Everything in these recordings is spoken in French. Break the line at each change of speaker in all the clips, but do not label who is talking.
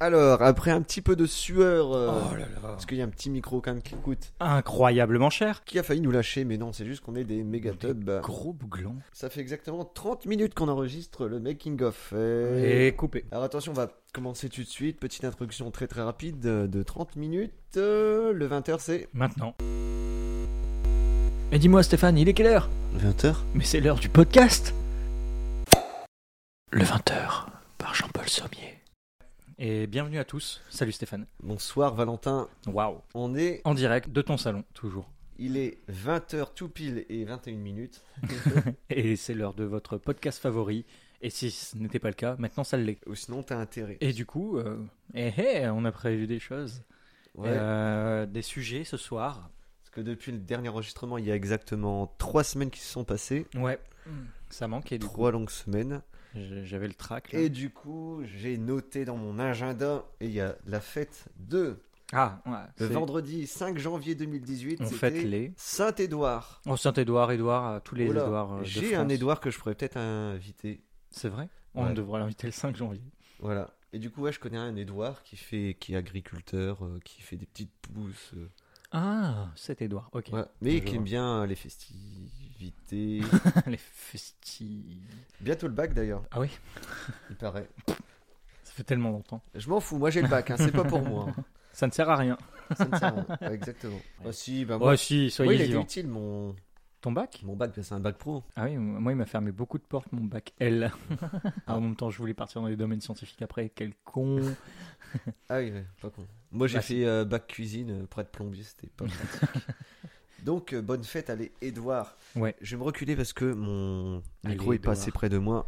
Alors, après un petit peu de sueur, euh,
Oh là là.
parce qu'il y a un petit micro quand même qui coûte,
Incroyablement cher.
qui a failli nous lâcher, mais non, c'est juste qu'on est des méga tubs.
Gros bouglant.
Ça fait exactement 30 minutes qu'on enregistre le making of. Et...
Et coupé.
Alors attention, on va commencer tout de suite. Petite introduction très très rapide euh, de 30 minutes. Euh, le 20h c'est
Maintenant. Mais dis-moi Stéphane, il est quelle heure
20h
Mais c'est l'heure du podcast Le 20h, par Jean-Paul Sommier. Et bienvenue à tous. Salut Stéphane.
Bonsoir Valentin.
Waouh.
On est,
En direct de ton salon, toujours.
il est 20h tout pile et 21 minutes.
Et c'est l'heure de votre podcast favori. Et si ce n'était pas le cas, maintenant ça l'est.
Ou sinon t'as intérêt.
Et du coup, euh, eh, eh, on a prévu des choses.
Ouais.
Euh, des sujets ce soir.
Parce que depuis le dernier enregistrement, il y a exactement 3 semaines qui se sont passées.
Ouais. Ça manque et du coup,
3 longues semaines.
j'ai- j'avais le trac. là.
Et du coup, j'ai noté dans mon agenda, et il y a la fête de
Ah, ouais.
le
c'est-
vendredi 5 janvier 2018.
On
c'était
fête les.
Saint-Édouard.
Oh, Saint-Édouard, Édouard, euh, tous les
Oh là,
Édouards. euh, de
J'ai un
France.
Édouard que je pourrais peut-être inviter.
C'est vrai On
Ouais.
devrait l'inviter le 5 janvier.
Voilà. Et du coup, ouais, je connais un Édouard qui fait, qui est agriculteur, euh, qui fait des petites pousses, euh,
Ah, cet Édouard, ok.
voilà. mais
je
qui
vois.
aime bien euh, les festivités.
les festis.
Bientôt le bac d'ailleurs,
Ah oui,
il paraît.
ça fait tellement longtemps.
Je m'en fous, moi j'ai le bac, hein, c'est pas pour moi. hein.
Ça ne sert à rien.
Ça ne sert à rien. Ouais, exactement. Ah, si, bah,
Oh,
moi,
si,
moi, il
soyez
a été
vivants.
utile mon,
Ton bac
mon bac, parce que c'est un bac pro.
Ah oui, moi, il m'a fermé beaucoup de portes, mon bac L. Ah, en même temps, je voulais partir dans les domaines scientifiques après. Quel con.
Ah oui, ouais, pas con. Moi j'ai
Bah,
fait euh, bac cuisine euh, près de plombier, c'était pas pratique. Donc euh, bonne fête, allez, Edouard.
Ouais.
Je vais me reculer parce que mon
Allez,
micro est
Édouard.
passé près de moi.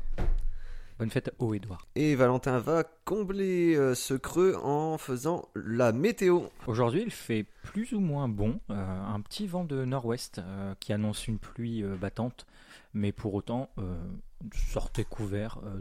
Bonne fête au Édouard.
Et Valentin va combler euh, ce creux en faisant la météo.
Aujourd'hui, il fait plus ou moins bon. Euh, un petit vent de nord-ouest euh, qui annonce une pluie euh, battante. Mais pour autant, euh, sortez couvert euh,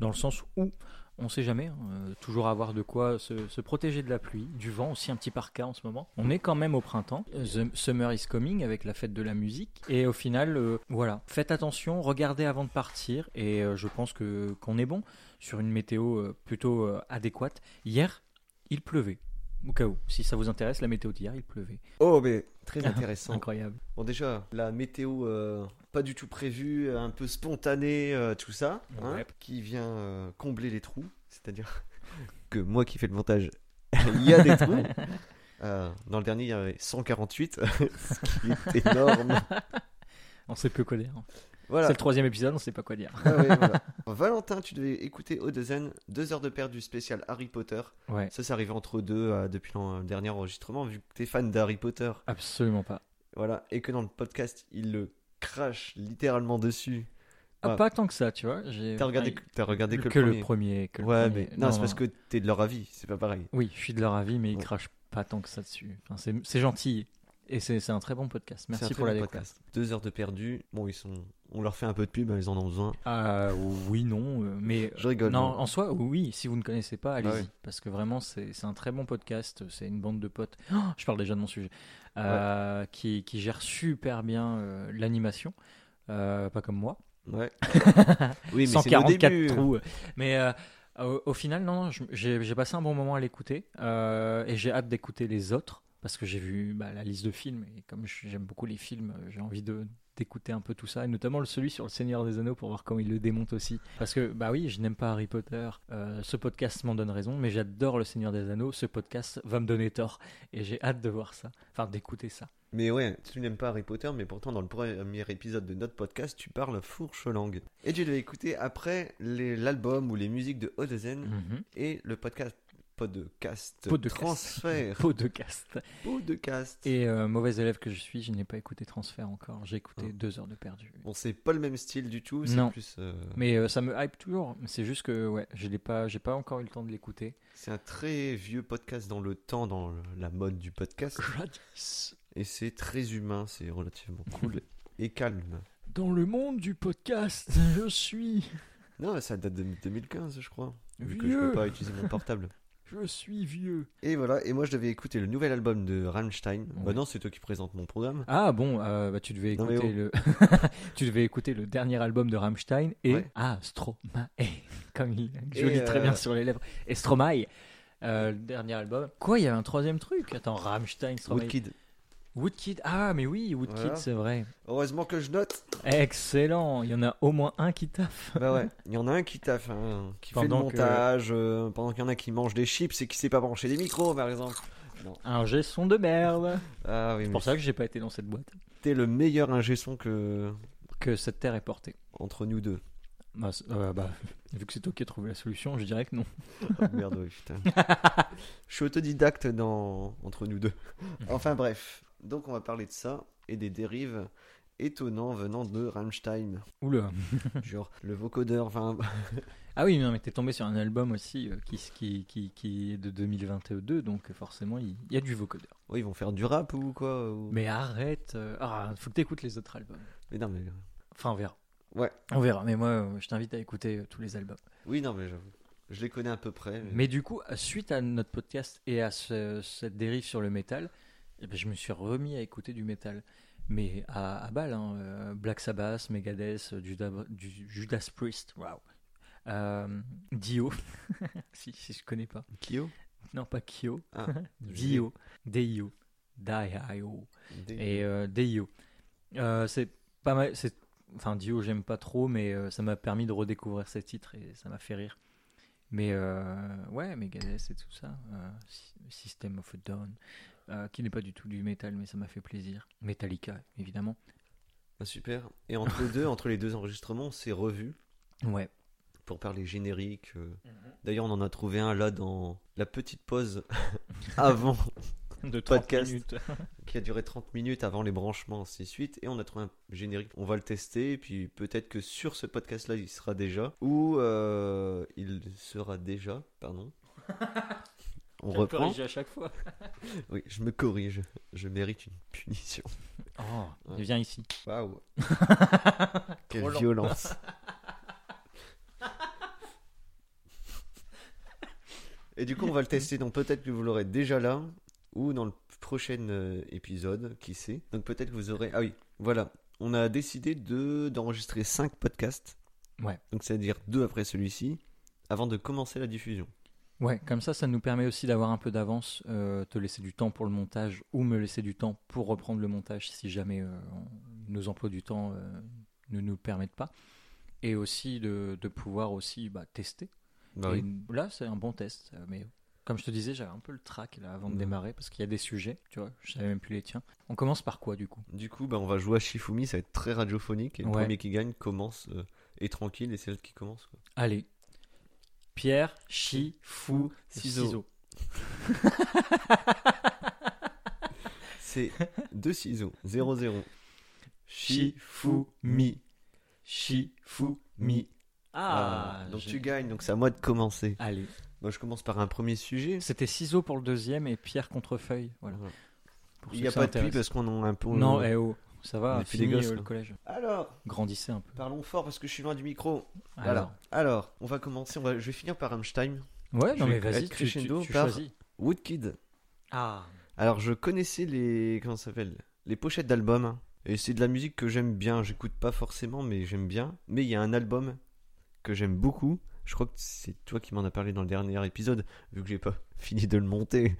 dans le sens où. On sait jamais, hein, euh, toujours avoir de quoi se, se protéger de la pluie, du vent aussi un petit par cas en ce moment. On est quand même au printemps, Euh, The Summer is Coming avec la fête de la musique, et au final, euh, voilà, faites attention, regardez avant de partir, et euh, je pense que qu'on est bon sur une météo euh, plutôt euh, adéquate. Hier, il pleuvait, au cas où, si ça vous intéresse, la météo d'hier, il pleuvait.
Oh mais très intéressant.
Incroyable.
bon déjà, la météo euh, pas du tout prévue, euh, un peu spontanée, euh, tout ça, hein,
Ouais.
qui vient euh, combler les trous. C'est-à-dire que moi qui fais le montage, il y a des trous. Euh, dans le dernier, il y avait 148, ce qui est énorme.
On sait plus quoi dire. hein.
Voilà.
C'est le troisième épisode, on sait pas quoi dire.
Ah ouais, voilà. Valentin, tu devais écouter Odezen, deux heures de perdu du spécial Harry Potter.
Ouais,
Ça, c'est arrivé entre deux euh, depuis le dernier enregistrement, vu que t'es fan d'Harry Potter.
absolument pas.
Voilà, et que dans le podcast, il le crache littéralement dessus.
Ah,
Ouais.
Pas tant que ça, tu vois. j'ai-
T'as regardé,
Ah,
que- t'as regardé que,
que
le
le
premier.
premier. que le
ouais,
premier.
mais non, c'est parce que t'es de leur avis, c'est pas pareil.
Oui, je suis de leur avis, mais ils
Ouais.
crachent pas tant que ça dessus. Enfin, c'est c'est gentil. Et c'est c'est un très bon podcast.
C'est
Merci
un
pour
très
la
bon
découverte.
podcast. Deux heures de perdu, bon, ils sont... on leur fait un peu de pub, ils en ont besoin.
Ah, oui, non, euh, mais.
Je rigole.
Non,
moi.
en soi, oui, si vous ne connaissez pas, allez-y.
ouais.
Parce que vraiment, c'est c'est un très bon podcast. C'est une bande de potes. Oh, je parle déjà de mon sujet. Euh, qui, qui gère super bien euh, l'animation. Euh, pas comme moi.
Ouais. oui, mais c'est nos
144
débuts.
trous. Mais euh, au, au final, non, non, je- j'ai j'ai passé un bon moment à l'écouter euh, et j'ai hâte d'écouter les autres parce que j'ai vu bah, la liste de films et comme je- j'aime beaucoup les films, euh, j'ai envie de d'écouter un peu tout ça et notamment le- celui sur le Seigneur des Anneaux pour voir comment il le démonte aussi parce que bah oui je n'aime pas Harry Potter euh, ce podcast m'en donne raison mais j'adore le Seigneur des Anneaux ce podcast va me donner tort et j'ai hâte de voir ça enfin d'écouter ça
Mais ouais, tu n'aimes pas Harry Potter, mais pourtant dans le premier épisode de notre podcast, tu parles fourche langue. Et tu devais écouter après les- l'album ou les musiques de Odezen
Mhm.
et le podcast podcast
Podcast.
transfert
podcast
podcast.
Et euh, mauvais élève que je suis, je n'ai pas écouté Transfert encore. J'ai écouté
Oh.
deux heures de perdu.
Bon, c'est pas le même style du tout, c'est
Non.
plus. euh,
Mais euh, ça me hype toujours. C'est juste que ouais, je l'ai pas, j'ai pas encore eu le temps de l'écouter.
C'est un très vieux podcast dans le temps, dans le- la mode du podcast.
Jadis,
Et c'est très humain, c'est relativement cool et calme.
dans le monde du podcast, je suis,
Non, mais ça date de 2015, je crois. Vu que je
Vieux.
peux pas utiliser mon portable.
je suis vieux.
Et voilà, et moi je devais écouter le nouvel album de Rammstein. Bah
Ouais.
non, c'est toi qui présente mon programme.
Ah bon, euh, bah, tu devais
Non, mais oh.
écouter le, tu devais écouter le dernier album de Rammstein et
Ouais.
ah Stromae, comme il
Et,
je lis très
euh,
bien sur les lèvres, et Stromae. Euh, le dernier album. Quoi, il y avait un troisième truc Attends, Rammstein se travaille-
Woodkid.
Woodkid. Ah, mais oui, Woodkid,
Voilà.
c'est vrai.
Heureusement que je note.
Excellent. Il y en a au moins un qui taffe.
Bah ouais, il y en a un qui taffe, hein, qui fait le
Pendant que-
montage, euh, pendant qu'il y en a qui mange des chips et qui sait pas brancher des micros, par exemple.
Un gesson de merde.
Ah oui,
C'est
mais
pour ça que j'ai pas été dans cette boîte.
c'était le meilleur ingé son que
Que cette terre est portée.
entre nous deux.
Bah, c'est- euh, bah, vu que c'est toi qui as trouvé la solution, je dirais que non.
Oh, merde, ouais, putain. je suis autodidacte dans entre nous deux. Enfin bref, donc on va parler de ça et des dérives étonnantes venant de Rammstein,
Oula.
genre le vocodeur. Enfin,
Ah oui, non, mais t'es tombé sur un album aussi euh, qui, qui, qui, qui est de 2022, donc euh, forcément, il il y a du vocodeur.
oui, oh, ils vont faire du rap ou quoi ou-
Mais arrête. euh, Ah, faut que t'écoutes les autres albums.
Mais non, mais
Enfin, on verra.
Ouais.
On verra. Mais moi, euh, je t'invite à écouter euh, tous les albums.
oui, non, mais j'avoue. Je les connais à peu près. mais-
Mais du coup, à- suite à notre podcast et à ce- cette dérive sur le métal, eh ben, je me suis remis à écouter du métal. Mais à, à balle, hein, euh, Black Sabbath, Megadeth, euh, Judas, du- Judas Priest, waouh. Euh, Dio, si, si je connais pas.
Kyo
Non, pas Kyo.
Ah,
Dio. Dio. Dio.
Des-
Et euh, Dio. Euh, c'est pas mal. c'est- Enfin, Dio, j'aime pas trop, mais euh, ça m'a permis de redécouvrir ces titres et ça m'a fait rire. Mais euh, ouais, Megadeth et tout ça. euh, Sy- System of a Down. euh, qui n'est pas du tout du métal, mais ça m'a fait plaisir. Metallica, évidemment.
Ah, super. Et entre les deux, entre les deux enregistrements, on s'est revus
Ouais.
pour parler générique. euh.
Mhm.
D'ailleurs, on en a trouvé un là dans la petite pause avant,
De
30
30
Podcast.
minutes.
qui a duré 30 minutes avant les branchements, ainsi de suite. Et on a trouvé un générique. On va le tester, et puis peut-être que sur ce podcast-là, il sera déjà. Ou euh, il sera déjà, pardon. On reprend.
à chaque fois.
Oui, je me corrige. Je mérite une punition.
Oh,
Ouais.
viens ici.
Waouh. Quelle
lent.
violence. Et du coup, on va le tester. Donc peut-être que vous l'aurez déjà là ou dans le prochain euh, épisode, qui sait. Donc peut-être que vous aurez. Ah oui, voilà. On a décidé de d'enregistrer 5 podcasts.
Ouais.
Donc c'est-à-dire deux après celui-ci, avant de commencer la diffusion.
Ouais, comme ça, ça nous permet aussi d'avoir un peu d'avance, euh, te laisser du temps pour le montage ou me laisser du temps pour reprendre le montage si jamais euh, on- nos emplois du temps euh, ne nous permettent pas. Et aussi de, de pouvoir aussi bah, tester.
Bah
Et
oui.
là, c'est un bon test. euh, Mais comme je te disais, j'avais un peu le trac là avant de
Mhm.
démarrer parce qu'il y a des sujets, tu vois, je savais même plus les tiens. On commence par quoi du coup
Du coup, bah, on va jouer à Shifumi. Ça va être très radiophonique. Et le
Ouais.
premier qui gagne commence euh, est tranquille et c'est l'autre qui commence. quoi.
Allez, Pierre, Chi, Fou,
Ciseaux.
Ciseaux.
C'est deux ciseaux. 0-0.
Shifumi. Chi, Fou, Mi.
Ah, donc tu gagnes, donc c'est à moi de commencer.
Allez.
Moi, je commence par un premier sujet.
C'était ciseaux pour le deuxième et pierre contre feuille. Voilà.
Voilà.
Pour
Il
ceux
n'y a
que ça
pas de pluie
intéresse.
parce qu'on en a un peu.
Non, eh oh, ça
On est
va,
plus
fini
des gosses,
euh,
là.
le collège.
Alors,
Grandissez un peu.
parlons fort parce que je suis loin du micro.
Alors.
Voilà. Alors, on va commencer. On va... Je vais finir par Rammstein.
Ouais,
Je
non
vais
mais vas-y,
être
tu, tu,
crescendo
tu
par-
choisis.
Woodkid.
Ah,
Alors, je connaissais les. Comment ça s'appelle Les pochettes d'albums. hein. Et c'est de la musique que j'aime bien. J'écoute pas forcément, mais j'aime bien. Mais il y a un album que j'aime beaucoup. Je crois que c'est toi qui m'en as parlé dans le dernier épisode, vu que j'ai pas fini de le monter.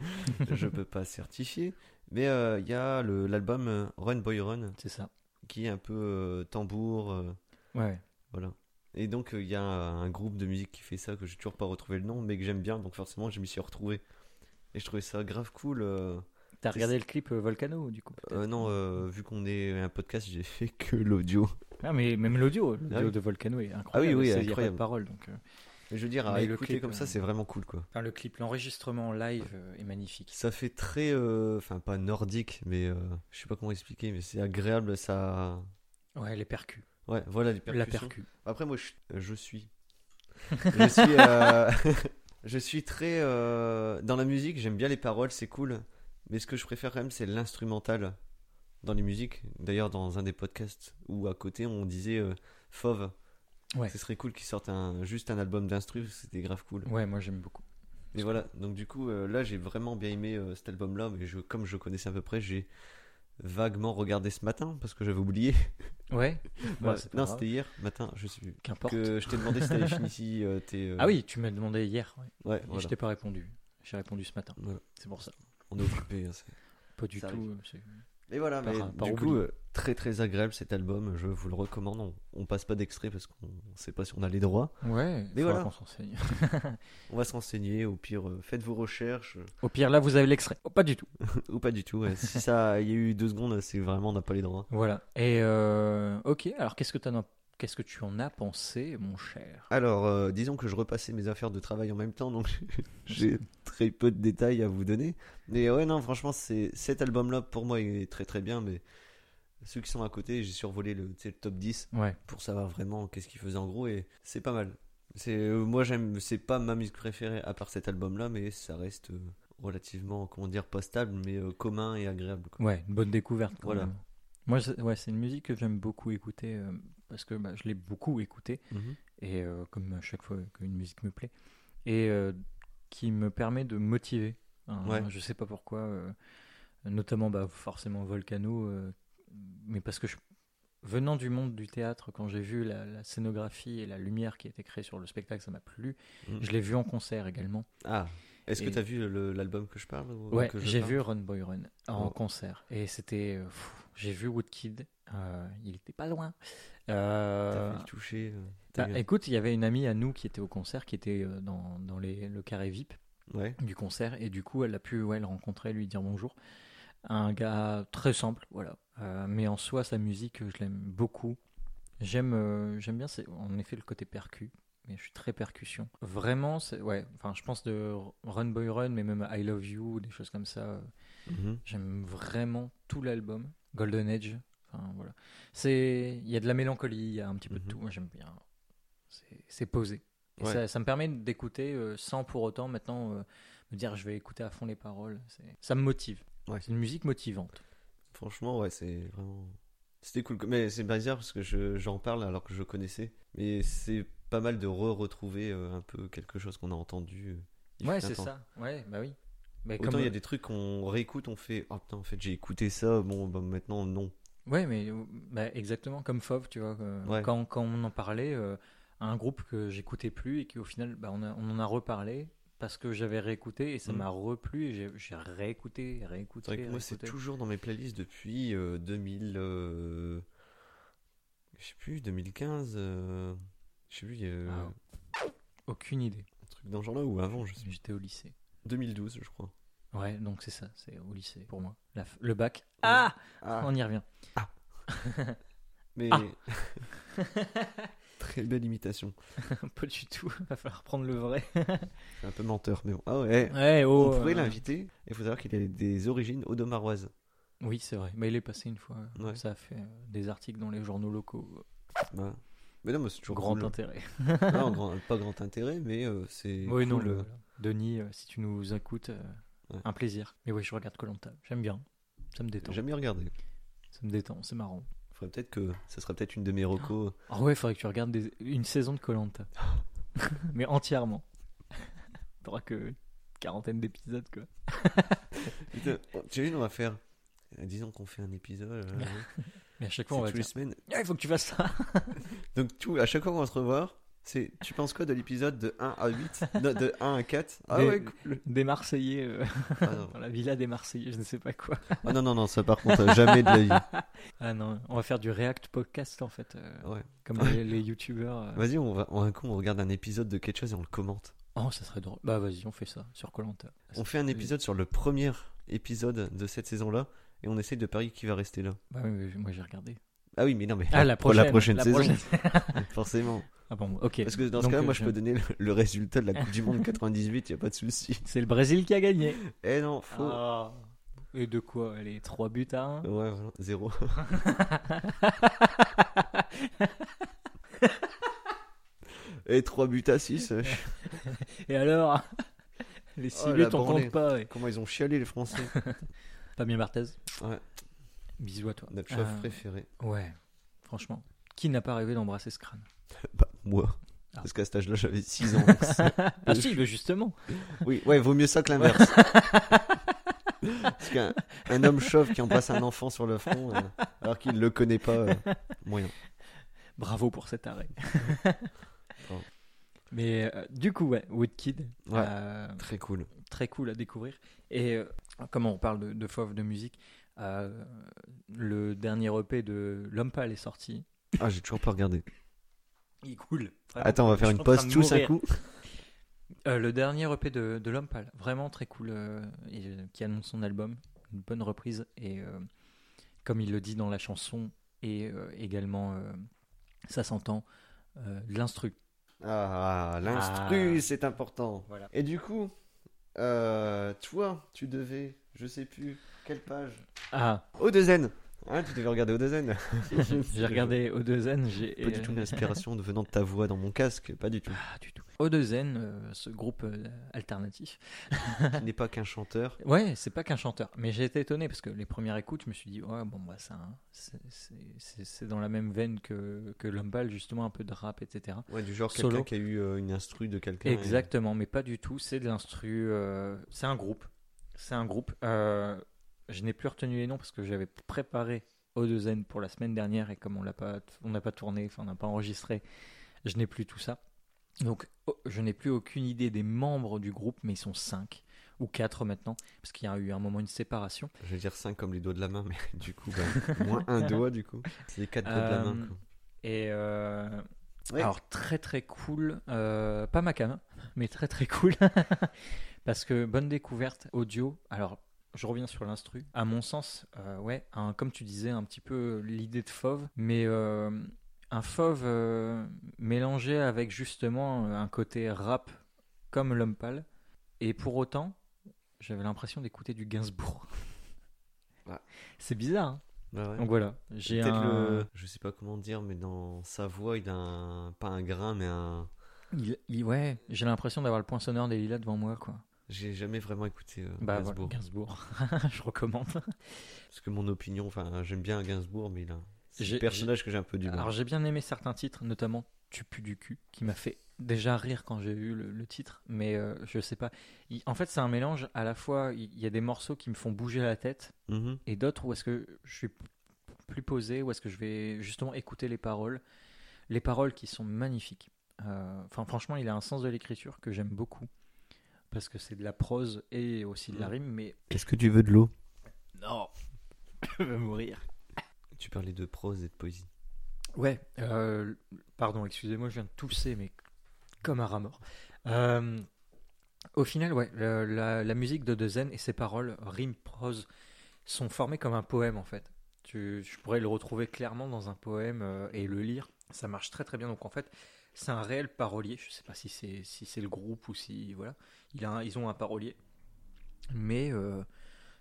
je peux pas certifier. Mais euh, il y a le- l'album euh, Run Boy Run,
c'est ça.
qui est un peu euh, tambour. euh,
Ouais, ouais.
voilà. Et donc, euh, il y a un groupe de musique qui fait ça, que j'ai toujours pas retrouvé le nom, mais que j'aime bien. Donc, forcément, je m'y suis retrouvé. Et je trouvais ça grave cool. euh,
T'as
C'est-
regardé le clip euh, Volcano du coup peut-être
euh, non, euh, vu qu'on est un podcast, j'ai fait que l'audio.
Ah mais même l'audio, l'audio
Ah oui.
de Volcano est incroyable.
oui,
c'est- Il y a pas
incroyable.
de parole donc. euh.
Mais je veux dire, à
Mais le
écouter
clip,
comme ça,
euh,
c'est vraiment cool, quoi.
Enfin, le clip, l'enregistrement en live euh, est magnifique.
Ça fait très, euh, enfin pas nordique, mais euh, je sais pas comment expliquer, mais c'est agréable, ça.
Ouais, les percus.
Ouais, voilà les
La
percussions.
percu.
Après, moi, je, euh, je suis, je suis, euh, je suis très euh, dans la musique. J'aime bien les paroles, c'est cool. Mais ce que je préfère quand même, c'est l'instrumental dans les musiques. D'ailleurs, dans un des podcasts où à côté, on disait euh, Fauve.
Ouais.
Ce serait cool qu'ils sortent un, juste un album d'instru, c'était grave cool.
Ouais, moi j'aime beaucoup.
Mais voilà, donc du coup, euh, là j'ai vraiment bien aimé euh, cet album-là, mais je, comme je connaissais à peu près, j'ai vaguement regardé ce matin parce que j'avais oublié.
Ouais. Bah,
Ouais,
c'est pas
non,
grave.
c'était hier matin, je sais plus.
Qu'importe.
Que je t'ai demandé si t'avais fini si euh, t'es. euh,
Ah oui, tu m'as demandé hier. ouais.
Ouais,
Et
voilà.
Je t'ai pas répondu. Je J'ai répondu ce matin.
Voilà.
C'est pour ça.
On est occupé. hein, c'est-
Pas du
Ça
tout.
arrive.
euh, c'est-
Mais voilà,
Par-
mais
par
du
oubli.
coup, euh, très très agréable cet album, je vous le recommande. On, on passe pas d'extrait parce qu'on sait pas si on a les droits.
Ouais,
Mais
faudra
voilà.
qu'on s'en saigne.
On va se renseigner, au pire, euh, faites vos recherches, euh,
Au pire, là, vous avez l'extrait. Oh, pas du tout.
ou pas du tout. ouais. Si ça il y a eu deux secondes, c'est vraiment on n'a pas les droits.
Voilà. Et euh, ok, alors qu'est-ce que, t'en as- qu'est-ce que tu en as pensé, mon cher
Alors, euh, disons que je repassais mes affaires de travail en même temps, donc j'ai très peu de détails à vous donner. Mais ouais, non, franchement, c'est cet album-là, pour moi, il est très très bien, mais ceux qui sont à côté, j'ai survolé le, tu sais, le top 10.
Ouais.
pour savoir vraiment qu'est-ce qu'il faisait en gros et c'est pas mal. C'est euh, moi j'aime c'est pas ma musique préférée à part cet album là mais ça reste euh, relativement comment dire pas stable mais euh, commun et agréable quoi.
Ouais, une bonne découverte. quand
Voilà.
même. Moi, c'est, ouais, c'est une musique que j'aime beaucoup écouter euh, parce que bah, je l'ai beaucoup écoutée et euh, comme à chaque fois qu'une musique me plaît et euh, qui me permet de me motiver. Hein,
Ouais.
Je sais pas pourquoi, euh, notamment bah, forcément Volcano, euh, mais parce que je- venant du monde du théâtre, quand j'ai vu la, la scénographie et la lumière qui était créée sur le spectacle, ça m'a plu.
Mhm.
Je l'ai vu en concert également.
Ah, est-ce que
Et-
t'as vu le- l'album que je parle ou
Ouais,
que je
j'ai
parle
vu Run Boy Run en
Oh.
concert et c'était. euh, pff, J'ai vu Woodkid, euh, il était pas loin. Euh,
T'as fait le toucher. euh,
bah,
t'as eu-
écoute, il y avait une amie à nous qui était au concert, qui était euh, dans, dans les, le carré VIP
Ouais.
du concert et du coup elle a pu ouais, le rencontrer, lui dire bonjour. Un gars très simple, voilà. Euh, mais en soi, sa musique, je l'aime beaucoup. J'aime euh, j'aime bien, c'est en effet le côté percu. Mais je suis très percussion. Vraiment, c'est ouais. Enfin, je pense de Run Boy Run, mais même I Love You, des choses comme ça. euh,
Mhm.
J'aime vraiment tout l'album. Golden Age. Enfin, voilà. C'est, il y a de la mélancolie, il y a un petit peu
Mhm.
de tout. Moi, j'aime bien. C'est- C'est posé. Et
Ouais.
ça, ça me permet d'écouter euh, sans pour autant maintenant euh, me dire je vais écouter à fond les paroles. C'est- Ça me motive.
Ouais.
C'est une musique motivante.
Franchement ouais c'est vraiment c'était cool mais c'est bizarre parce que je- j'en parle alors que je connaissais mais c'est pas mal de re retrouver euh, un peu quelque chose qu'on a entendu. euh, il fut
Ouais,
un
c'est
temps.
ça. Ouais, bah oui. Mais
Autant
comme- euh,
il y a des trucs qu'on réécoute, on fait Oh putain, en fait j'ai écouté ça, bon bah, maintenant non.
Ouais, mais euh, bah, exactement comme Fauve, tu vois. euh,
Ouais.
Quand, quand on en parlait, euh, à un groupe que j'écoutais plus et qui au final, bah, on, a- on en a reparlé parce que j'avais réécouté et ça
Mm.
m'a replu et j'ai- j'ai réécouté, réécouté.
C'est vrai que moi c'est
réécouté.
toujours dans mes playlists depuis euh, 2000. euh, Je sais plus, 2015. euh, Je sais plus, il y a euh,
Ah. Aucune idée.
un truc dans ce genre là ou avant, je sais.
J'étais au lycée.
2012, je crois.
Ouais, donc c'est ça, c'est au lycée pour moi. La f- le bac. Ah, On y revient.
Mais.
Ah.
Très belle imitation.
Pas du tout. Va falloir prendre le vrai.
C'est un peu menteur, mais bon. Ah ouais.
Ouais, oh.
on pourrait
euh,
l'inviter. Il faut savoir qu'il a des origines odomaroises.
Oui, c'est vrai. Mais il est passé une fois.
Ouais.
Ça a fait euh, des articles dans les journaux locaux.
Ouais. Mais non, mais c'est toujours
Grand
cool.
intérêt.
Non, grand- pas grand intérêt, mais euh, c'est.
Oui, non,
cool,
le-
euh.
Denis, euh, si tu nous écoutes, euh,
Ouais.
un plaisir. Mais oui, je regarde Colanta. J'aime bien. Ça me détend.
J'ai jamais regardé.
Ça me détend, c'est marrant.
Faudrait peut-être que ça serait peut-être une de mes recos.
Ah ouais, faudrait que tu regardes des- une saison de Colanta. Mais entièrement. T'auras que quarantaine d'épisodes, quoi.
Putain, tu sais, on va faire. euh, Disons qu'on fait un épisode. euh,
Mais à chaque
c'est
fois, on va
tous les
dire
semaines.
Ah, il faut que tu fasses ça.
Donc, tout, à chaque fois qu'on va se revoir, c'est. Tu penses quoi de l'épisode de 1 à 8 Non, De 1 à 4 Ah
Des-
ouais, cool.
Des Marseillais, euh,
Ah non.
dans la villa des Marseillais, je ne sais pas quoi.
Ah non, non, non, ça par contre, jamais de la vie.
Ah non, on va faire du React Podcast, en fait. euh,
Ouais.
Comme les, les youtubeurs. euh.
Vas-y, on va. on- Un coup, on regarde un épisode de quelque chose et on le commente.
Oh, ça serait drôle. Bah vas-y, on fait ça sur Colanta.
On fait un épisode sur le premier épisode de cette saison-là et on essaye de parier qui va rester là.
Bah oui, mais moi j'ai regardé.
Ah oui, mais non, mais.
Ah, la prochaine,
la prochaine
la
saison.
prochaine.
Forcément.
Ah bon, ok.
Parce que dans ce
Donc,
cas-là, moi,
euh,
je
je-
peux donner le, le résultat de la Coupe du Monde 98, y a pas de souci.
C'est le Brésil qui a gagné.
Eh non, faux.
Ah. Et de quoi Allez, 3 buts à 1
Ouais, voilà, zéro. Et 3 buts à euh, 6.
Et alors Les 6
Oh,
buts,
la
on
branlée.
compte pas. ouais.
Comment ils ont chialé les Français
Fabien Barthez
Ouais.
Bisous à toi.
Notre chef
Euh,
préféré.
Ouais, franchement. Qui n'a pas rêvé d'embrasser ce crâne
Bah, moi.
Ah.
Parce qu'à cet âge-là, j'avais 6 ans.
Ah si, mais justement.
oui, ouais, vaut mieux ça que l'inverse. Parce qu'un un homme chauve qui embrasse un enfant sur le front, euh, alors qu'il le connaît pas, euh, moyen.
Bravo pour cet arrêt.
Bravo.
mais euh, du coup, ouais, Woodkid.
Ouais.
euh,
Très cool.
très cool à découvrir. Et euh, comment on parle de, de fauve de musique, euh, le dernier EP de L'Homme Pâle est sorti.
Ah, j'ai toujours pas regardé.
Il est cool. Vraiment,
Attends, on va faire
je
une
suis en train
pause
de
tous à
mourir.
coup.
Euh, le dernier EP de, de L'Homme Pâle, vraiment très cool, euh, et, euh, qui annonce son album, une bonne reprise, et euh, comme il le dit dans la chanson, et euh, également, euh, ça s'entend, euh, de l'instru.
Ah, l'instru,
Ah.
c'est important.
Voilà.
Et du coup, euh, toi, tu devais, je sais plus, quelle page
Ah,
Odezen Hein, tu devais regarder Odezen
j'ai regardé Odezen, j'ai... euh,
Pas du tout une inspiration de venant de ta voix dans mon casque, pas du tout.
Ah, du tout. Odezen, euh, ce groupe euh, alternatif,
Tu n'es pas qu'un chanteur.
Ouais, c'est pas qu'un chanteur. Mais j'ai été étonné parce que les premières écoutes, je me suis dit, ouais, bon, bah, ça, hein, c'est- c'est- c'est c'est dans la même veine que, que Lumbal, justement, un peu de rap, etc.
Ouais, du genre
Solo.
quelqu'un qui a eu euh, une instru de quelqu'un. et-
Exactement, mais pas du tout. C'est de l'instru. euh, c'est un groupe. C'est un groupe. Euh, je n'ai plus retenu les noms parce que j'avais préparé O2N pour la semaine dernière et comme on l'a pas, on n'a pas tourné, enfin on n'a pas enregistré, je n'ai plus tout ça. Donc oh, je n'ai plus aucune idée des membres du groupe, mais ils sont cinq ou quatre maintenant parce qu'il y a eu un moment une séparation.
Je vais dire 5 comme les doigts de la main, mais du coup, bah, moins un doigt, du coup. C'est les 4 doigts de la main.
Euh,
quoi.
Et euh,
Ouais.
alors très très cool, euh, pas ma cam, mais très très cool parce que bonne découverte audio. Alors je reviens sur l'instru. À mon sens, euh, ouais, un- comme tu disais un petit peu l'idée de fauve, mais euh, un fauve euh, mélangé avec justement euh, un côté rap comme l'homme pâle. Et pour autant, j'avais l'impression d'écouter du Gainsbourg.
Ouais.
C'est bizarre. hein
Bah Ah. ouais.
Donc voilà, j'ai
Peut-être
un.
le- Je sais pas comment dire, mais dans sa voix, il a un... pas un grain, mais un.
Il, il- ouais, j'ai l'impression d'avoir le point sonore des lilas devant moi, quoi.
J'ai jamais vraiment écouté euh,
Bah,
Gainsbourg.
voilà, Gainsbourg. je recommande.
Parce que mon opinion, enfin, j'aime bien Gainsbourg, mais il a. C'est
J'ai-
le personnage que j'ai un peu du mal.
Alors, j'ai bien aimé certains titres, notamment Tu pues du cul, qui m'a fait déjà rire quand j'ai eu le, le titre, mais euh, je sais pas. Il- en fait, c'est un mélange à la fois, il il y a des morceaux qui me font bouger la tête,
Mhm.
et d'autres où est-ce que je suis p- plus posé, où est-ce que je vais justement écouter les paroles. Les paroles qui sont magnifiques. Euh, Enfin, franchement, il a un sens de l'écriture que j'aime beaucoup. Parce que c'est de la prose et aussi de la
Mhm.
rime, mais
Est-ce que tu veux de l'eau
Non, je vais mourir.
Tu parlais de prose et de poésie.
Ouais, euh, pardon, excusez-moi, je viens de tousser, mais comme un rat mort. Euh, au final, ouais, le- la, la musique de Dezen et ses paroles, rimes, prose, sont formées comme un poème en fait. Tu, je pourrais le retrouver clairement dans un poème euh, et le lire. Ça marche très très bien. Donc en fait, c'est un réel parolier. Je sais pas si c'est si c'est le groupe ou si voilà, il a un- ils ont un parolier, mais euh,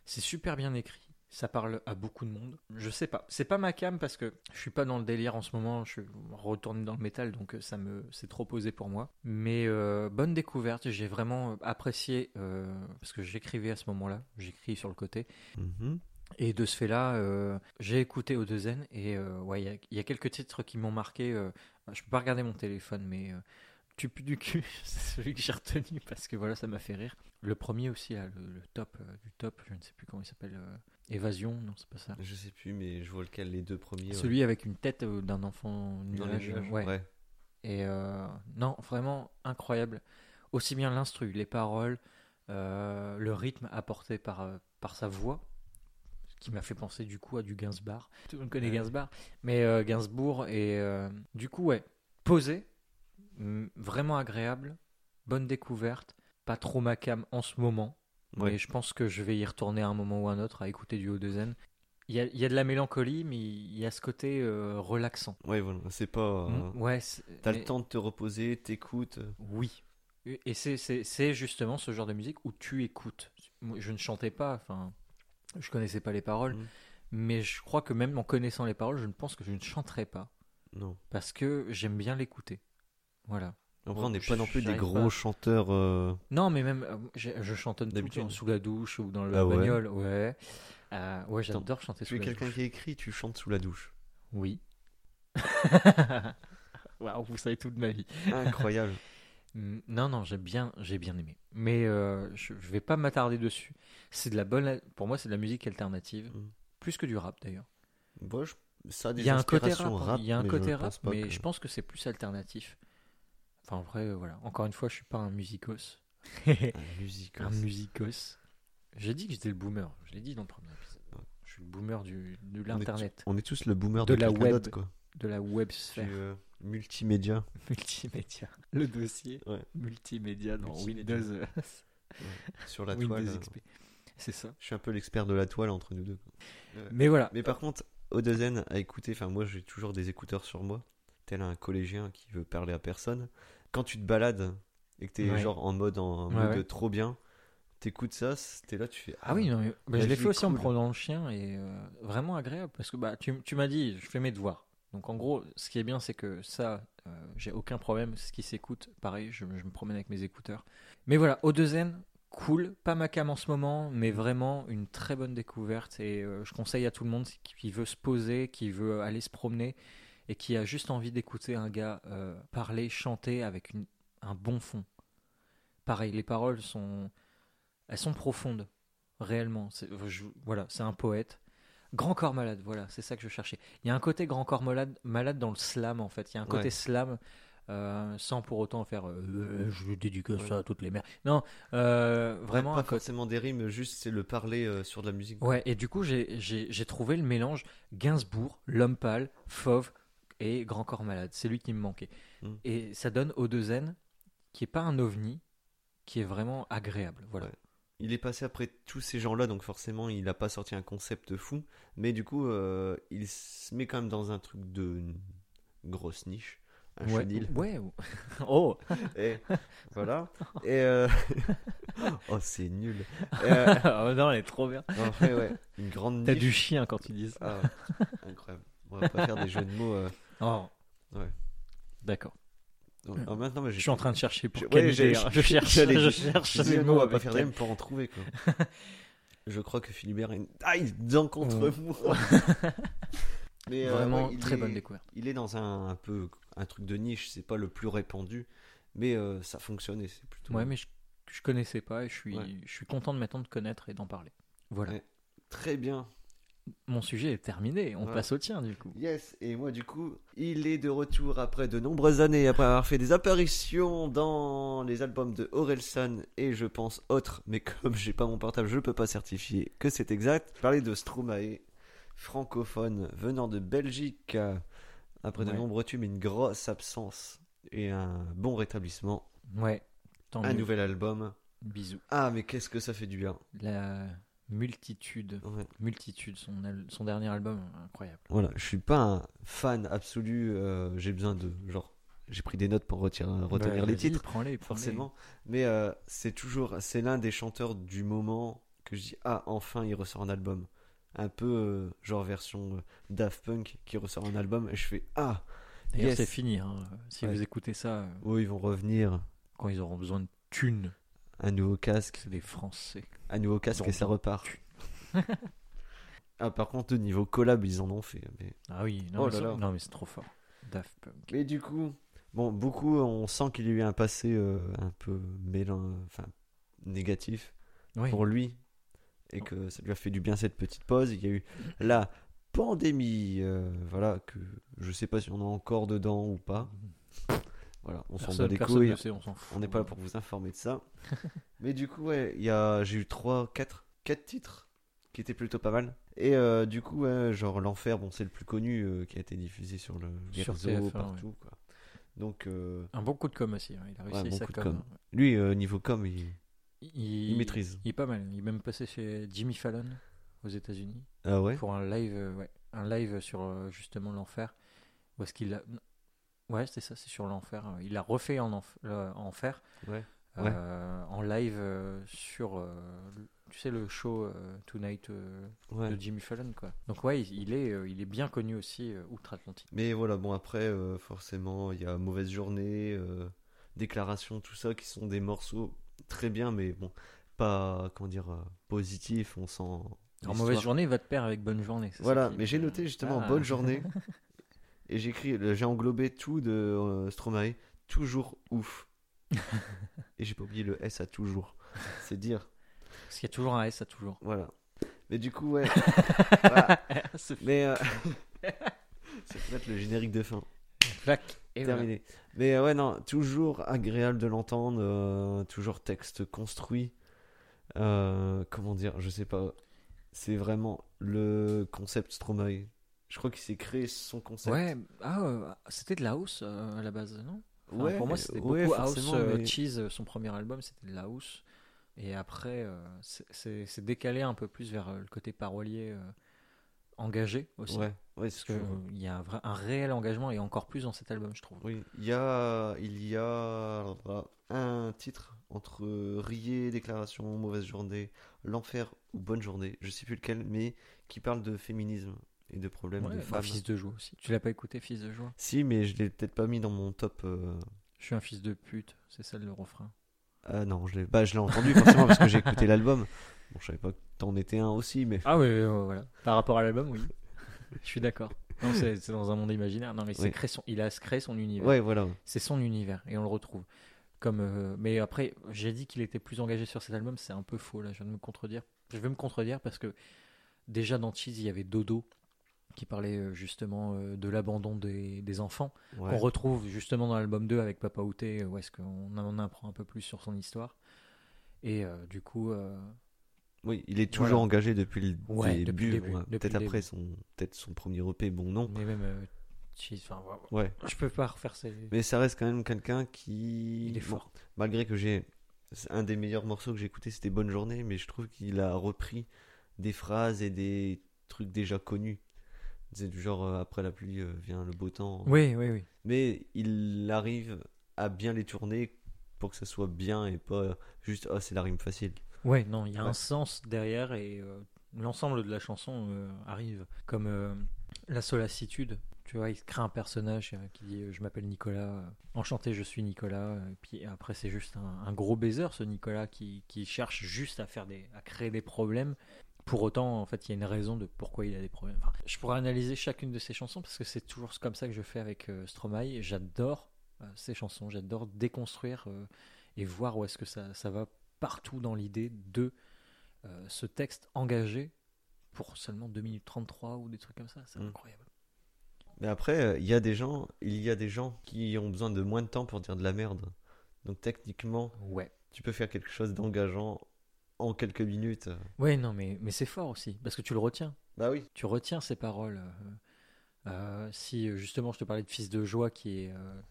c'est super bien écrit. Ça parle à beaucoup de monde. Je sais pas. C'est pas ma cam parce que je suis pas dans le délire en ce moment. Je suis retourné dans le métal donc euh, ça me c'est trop posé pour moi. Mais euh, bonne découverte. J'ai vraiment apprécié euh, parce que j'écrivais à ce moment-là. J'écris sur le côté.
Mhm.
Et de ce fait-là, euh, j'ai écouté au Odezen et euh, ouais, il y a- il y, a quelques titres qui m'ont marqué. euh, je peux pas regarder mon téléphone, mais euh, tu pues du cul, c'est celui que j'ai retenu parce que voilà, ça m'a fait rire. Le premier aussi, là, le, le top euh, du top, je ne sais plus comment il s'appelle. euh, Évasion, non, c'est pas ça.
Je sais plus, mais je vois lequel, les deux premiers. ouais.
Celui avec une tête euh, d'un enfant
dans les
nuage.
nuages,
ouais.
ouais.
Et euh, non, vraiment incroyable. Aussi bien l'instru, les paroles, euh, le rythme apporté par, euh, par sa voix, ce qui m'a fait penser du coup à du Gainsbourg. Tout le monde connaît
Ouais.
Gainsbourg, mais euh, Gainsbourg est euh, du coup ouais, posé, mm, vraiment agréable, bonne découverte, pas trop ma cam en ce moment,
Ouais.
mais je pense que je vais y retourner à un moment ou à un autre à écouter du Odezen. Il y a, il y a de la mélancolie, mais il y a ce côté euh, relaxant. Mmh.
Ouais, voilà. C'est pas. euh,
Ouais, c'est-
T'as
Mm. mais-
le temps de te reposer, t'écoutes. euh,
oui. Et c'est- c'est c'est justement ce genre de musique où tu écoutes. Moi, Je ne chantais pas, enfin, je connaissais pas les paroles,
Mm.
mais je crois que même en connaissant les paroles, je ne pense que je ne chanterai pas
Non.
parce que j'aime bien l'écouter. Voilà.
En vrai, on n'est
Je-
pas non plus des
Oh, j'arrive
gros
pas.
chanteurs. euh,
Non, mais même euh, j'ai- je chantonne tout le
D'habitude.
temps sous la douche ou dans le
Ah ouais.
bagnole. Ouais. Euh, ouais, j'adore chanter
Tu
sous
es
la
quelqu'un
douche.
qui écrit, tu chantes sous la douche.
Oui. Waouh, vous savez tout de ma vie.
Incroyable.
Mm, Non, non, j'ai bien, j'ai bien aimé. Mais euh, je, je vais pas m'attarder dessus. C'est de la bonne, pour moi, c'est de la musique alternative,
Mm.
plus que du rap d'ailleurs.
Moi, je- ça a des
Il y a un côté rap,
inspirations
hein,
rap,
il y a un
mais
côté
je
rap,
pense pas
mais
que-
je pense que c'est plus alternatif. Enfin, en vrai, euh, voilà. Encore une fois, je suis pas un musicos.
Un musicos.
Un musicos. J'ai dit que j'étais le boomer. Je l'ai dit dans le premier épisode. Je suis le boomer du, de
On est
l'internet,
tous- On est tous le boomer
De
de,
la
la
web.
Note, quoi.
de la web sphère
Du, euh, multimédia.
multimédia. Le dossier
Ouais.
multimédia dans
Multimédia.
Windows, euh,
Sur la
Windows
toile. euh,
XP. C'est ça.
Je suis un peu l'expert de la toile entre nous deux. quoi.
Mais voilà.
Mais par contre, Odezen a écouté, enfin moi j'ai toujours des écouteurs sur moi, tel un collégien qui veut parler à personne. Quand tu te balades et que t'es
Ouais.
genre en mode, en
Ouais,
mode
ouais.
trop bien, t'écoutes ça, c- t'es là, tu fais
Ah oui, non, mais, mais
la
je l'ai
vie
fait
est
aussi en me
cool.
prenant le chien et euh, vraiment agréable parce que bah, tu, tu m'as dit, je fais mes devoirs. Donc en gros, ce qui est bien, c'est que ça, euh, j'ai aucun problème. Ce qui s'écoute, pareil, je, je me promène avec mes écouteurs. Mais voilà, Odezen, cool, pas ma cam en ce moment, mais vraiment une très bonne découverte. Et euh, je conseille à tout le monde qui veut se poser, qui veut aller se promener et qui a juste envie d'écouter un gars euh, parler, chanter avec une- un bon fond. Pareil, les paroles sont, elles sont profondes réellement. C'est, je- voilà, c'est un poète. Grand corps malade, voilà, c'est ça que je cherchais. Il y a un côté grand corps malade, malade dans le slam en fait. Il y a un côté
Ouais.
slam euh, sans pour autant faire euh, je dédicace
Ouais.
ça à toutes les mères. Non, euh, vraiment
pas
un côté.
forcément des rimes, juste c'est le parler euh, sur de la musique.
Ouais, et du coup, j'ai- j'ai j'ai trouvé le mélange Gainsbourg, l'homme pâle, fauve et grand corps malade. C'est lui qui me manquait.
Mm.
Et ça donne Odezen, qui est pas un ovni, qui est vraiment agréable. Voilà.
Ouais. Il est passé après tous ces gens-là, donc forcément il a pas sorti un concept fou, mais du coup euh, il se met quand même dans un truc de grosse niche, un
ouais.
chenil.
ouais. ou- oh,
Et voilà. Et euh, oh, c'est nul. Euh,
Oh non, elle est trop bien.
en vrai, ouais, une grande
T'as
niche.
du chien quand tu dis ça.
Ah, incroyable. On va pas faire des jeux de mots. euh.
Oh.
Ouais.
D'accord.
Ah, maintenant, mais
Je suis en train de chercher pour
Je-
quelle
ouais,
idée,
j'ai-
hein. Je cherche,
j'allais-
je cherche
Je disais,
les
non,
mots
on va pas
avec
faire des
quel-
rimes pour en trouver quoi. Je crois que Philibert est aïe dent contre moi. Mais euh,
Vraiment
ouais, il
très
est-
bonne découverte.
Il est dans un, un peu un truc de niche. C'est pas le plus répandu, mais euh, ça fonctionne et c'est plutôt
Ouais, mais je, je connaissais pas et je suis,
Ouais.
je suis content de maintenant de connaître et d'en parler. Voilà.
Ouais. très bien.
Mon sujet est terminé. On
Ouais.
passe au tien du coup.
Yes, et moi du coup, il est de retour après de nombreuses années, après avoir fait des apparitions dans les albums de Orelsan et je pense autres, mais comme j'ai pas mon portable, je peux pas certifier que c'est exact. Je parlais de Stromae, francophone venant de Belgique, euh, après de
Ouais.
nombreux tubes, une grosse absence et un bon rétablissement,
Ouais. Tant
un
mieux.
nouvel album.
Bisous.
Ah, mais qu'est-ce que ça fait du bien!
La multitude,
Ouais.
multitude, son, al- son dernier album, incroyable.
Voilà, je suis pas un fan absolu, euh, j'ai besoin de. Genre, j'ai pris des notes pour retirer, retenir les titres.
Prends-les, prends-les.
forcément. Mais euh, c'est toujours, c'est l'un des chanteurs du moment que je dis ah enfin il ressort un album, un peu euh, genre version euh, Daft Punk qui ressort un album et je fais ah
D'ailleurs,
Yes.
c'est fini. hein. Si
Ouais.
vous écoutez ça, euh,
oh ils vont revenir,
quand ils auront besoin de thunes,
un nouveau casque,
c'est des Français.
un nouveau casque
Ils
et
ont
ça repart. ah par contre au niveau collab ils en ont fait. Mais,
Ah oui, non,
Oh
mais
là
ça-
là.
non, mais c'est trop fort. Daft Punk.
mais du coup bon beaucoup on sent qu'il y a eu un passé euh, un peu mélan, enfin négatif.
Oui.
pour lui et que ça lui a fait du bien cette petite pause. Il y a eu la pandémie, euh, voilà, que je sais pas si on est encore dedans ou pas. Voilà, on s'en bat
Personne,
les
personne
couilles.
ne sait, on s'en fout.
On n'est pas là pour vous informer de ça. Mais du coup, ouais, il y a, j'ai eu 3, 4, 4 titres qui étaient plutôt pas mal. Et euh, du coup, ouais, genre L'Enfer, bon, c'est le plus connu euh, qui a été diffusé sur le les
Sur
réseaux,
TF1, ouais.
partout. Quoi. Donc, euh,
Un bon coup de com aussi. hein. Il a réussi
Ouais, bon
sa
coup de
com. hein.
com. lui, euh, niveau com, il,
Il,
il maîtrise.
Il est pas mal. Il est même passé chez Jimmy Fallon aux États-Unis
Ah ouais
pour un live, euh, ouais, un live sur euh, justement l'enfer. Où est-ce qu'il a Ouais, c'est ça, c'est sur l'enfer. Il l'a refait en enf- euh, enfer.
Ouais.
euh, En live euh, sur, euh, le- tu sais, le show euh, Tonight euh,
Ouais.
de Jimmy Fallon, quoi. Donc ouais, il, il est, euh, il est bien connu aussi euh, outre-Atlantique.
Mais voilà, bon, après, euh, forcément, il y a Mauvaise Journée, euh, Déclaration, tout ça, qui sont des morceaux très bien, mais bon, pas, comment dire, euh, positifs, on sent.
En
l'histoire.
mauvaise journée va de pair avec bonne journée. c'est ça
Voilà,
qui-
mais j'ai noté justement
Ah.
Bonne Journée, et j'écris, j'ai englobé tout de euh, Stromae, toujours ouf. et j'ai pas oublié le S à toujours. C'est dire,
Parce qu'il y a toujours un S à toujours.
voilà. Mais du coup, ouais. Voilà.
C'est
Mais. euh, Ça peut être le générique de fin.
Clac Et voilà.
terminé. Mais euh, ouais, non, toujours agréable de l'entendre, euh, toujours texte construit. Euh, comment dire, je sais pas. C'est vraiment le concept Stromae. Je crois qu'il s'est créé son concept.
Ouais, ah, euh, c'était de la house euh, à la base, non Enfin,
Ouais,
Pour moi, c'était
ouais,
beaucoup house.
forcément,
euh,
mais-
Cheese, euh, son premier album, c'était de la house. Et après, euh, c'est- c'est c'est décalé un peu plus vers euh, le côté parolier euh, engagé aussi.
Ouais, ouais,
Parce
c'est
qu'il
toujours-
y a un, vrai- un réel engagement et encore plus dans cet album, je trouve.
Oui, il y a, il y a un titre entre Rier, Déclaration, Mauvaise Journée, L'Enfer ou Bonne Journée, je sais plus lequel, mais qui parle de féminisme et de problèmes
Ouais, bah,
de
enfin,
femmes.
fils de joie aussi. Tu l'as pas écouté, fils de joie
Si, mais je l'ai peut-être pas mis dans mon top. euh,
Je suis un fils de pute, c'est ça le refrain.
Ah non, je l'ai bah, je l'ai entendu forcément parce que j'ai écouté l'album. Bon, je savais pas que t'en étais un aussi, mais.
Ah oui, oui, oui, voilà. Par rapport à l'album, oui. je suis d'accord. Non, c'est c'est dans un monde imaginaire. Non, mais c'est
Oui.
créé son- il a créé son univers.
Ouais, voilà.
C'est son univers et on le retrouve. Comme, euh, mais après, j'ai dit qu'il était plus engagé sur cet album, c'est un peu faux là. Je viens de me contredire. Je vais me contredire parce que déjà dans Cheese, il y avait Dodo qui parlait euh, justement euh, de l'abandon des, des enfants.
Ouais.
On retrouve justement dans l'album 2 avec Papa Outé, où est-ce qu'on en apprend un peu plus sur son histoire. Et euh, du coup, euh,
Oui, il est toujours
Voilà.
engagé depuis le
Ouais,
début.
depuis le début,
ouais.
depuis
Peut-être
le
après son, peut-être son premier EP, bon non.
mais même euh, Cheese, enfin, voilà.
Oh. Ouais,
je peux pas refaire ces.
mais ça reste quand même quelqu'un qui.
Il est
Bon,
fort.
malgré que j'ai c'est un des meilleurs morceaux que j'ai écouté c'était Bonne Journée mais je trouve qu'il a repris des phrases et des trucs déjà connus c'est du genre euh, après la pluie euh, vient le beau temps
Oui, oui, oui.
mais il arrive à bien les tourner pour que ça soit bien et pas euh, juste ah c'est la rime facile
Ouais, non, il y a
Ouais.
un sens derrière et euh, l'ensemble de la chanson euh, arrive. Comme euh, la solacitude, tu vois, il crée un personnage euh, qui dit euh, Je m'appelle Nicolas, euh, enchanté, je suis Nicolas. euh, Et puis après, c'est juste un, un gros baiser, ce Nicolas, qui, qui cherche juste à, faire des, à créer des problèmes. Pour autant, en fait, il y a une raison de pourquoi il a des problèmes. Enfin, je pourrais analyser chacune de ces chansons parce que c'est toujours comme ça que je fais avec euh, Stromae. J'adore euh, ces chansons, j'adore déconstruire euh, et voir où est-ce que ça, ça va partout dans l'idée de euh, ce texte engagé pour seulement 2 minutes 33 ou des trucs comme ça. C'est
Mm.
incroyable.
mais après euh, il y a des gens il y a des gens qui ont besoin de moins de temps pour dire de la merde donc techniquement
Ouais.
tu peux faire quelque chose d'engageant en quelques minutes
Ouais, non, mais, mais c'est fort aussi parce que tu le retiens.
bah oui
tu retiens ces paroles. euh, euh, si euh, justement je te parlais de Fils de joie, qui est euh,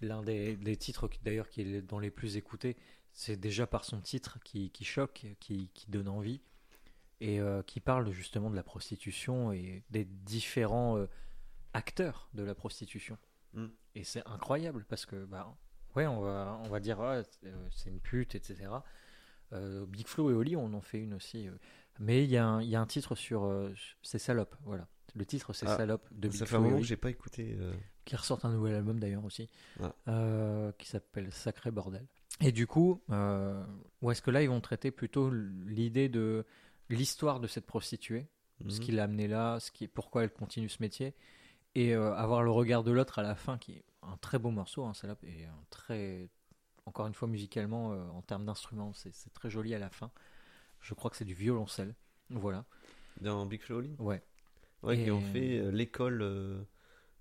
l'un des, des titres qui- d'ailleurs qui est dans les plus écoutés, c'est déjà par son titre qui, qui choque, qui, qui donne envie, et euh, qui parle justement de la prostitution et des différents euh, acteurs de la prostitution.
Mm.
Et c'est incroyable parce que, bah, ouais, on va, on va dire, Ah, c'est- euh, c'est une pute, etc. Euh, Big Flo et Oli, on en fait une aussi. euh, mais il y, a un- il y a un titre sur euh, C'est Salope, voilà. Le titre c'est
Ah,
Salope de Big
ça fait un
Flo et
moment que
Oli,
j'ai pas écouté euh,
qui ressortent un nouvel album d'ailleurs aussi,
Ah.
euh, qui s'appelle Sacré Bordel. Et du coup, euh, où est-ce que là ils vont traiter plutôt l'idée de l'histoire de cette prostituée, ce
mhm.
qui l'a amenée là, ce qui, pourquoi elle continue ce métier, et euh, avoir le regard de l'autre à la fin, qui est un très beau morceau, hein, Salope, et un très, encore une fois musicalement, euh, en termes d'instruments, c'est c'est très joli à la fin. Je crois que c'est du violoncelle. Voilà.
Dans Big Flow Hall
Ouais.
Ouais, qui ont
Et-
fait euh, l'école euh,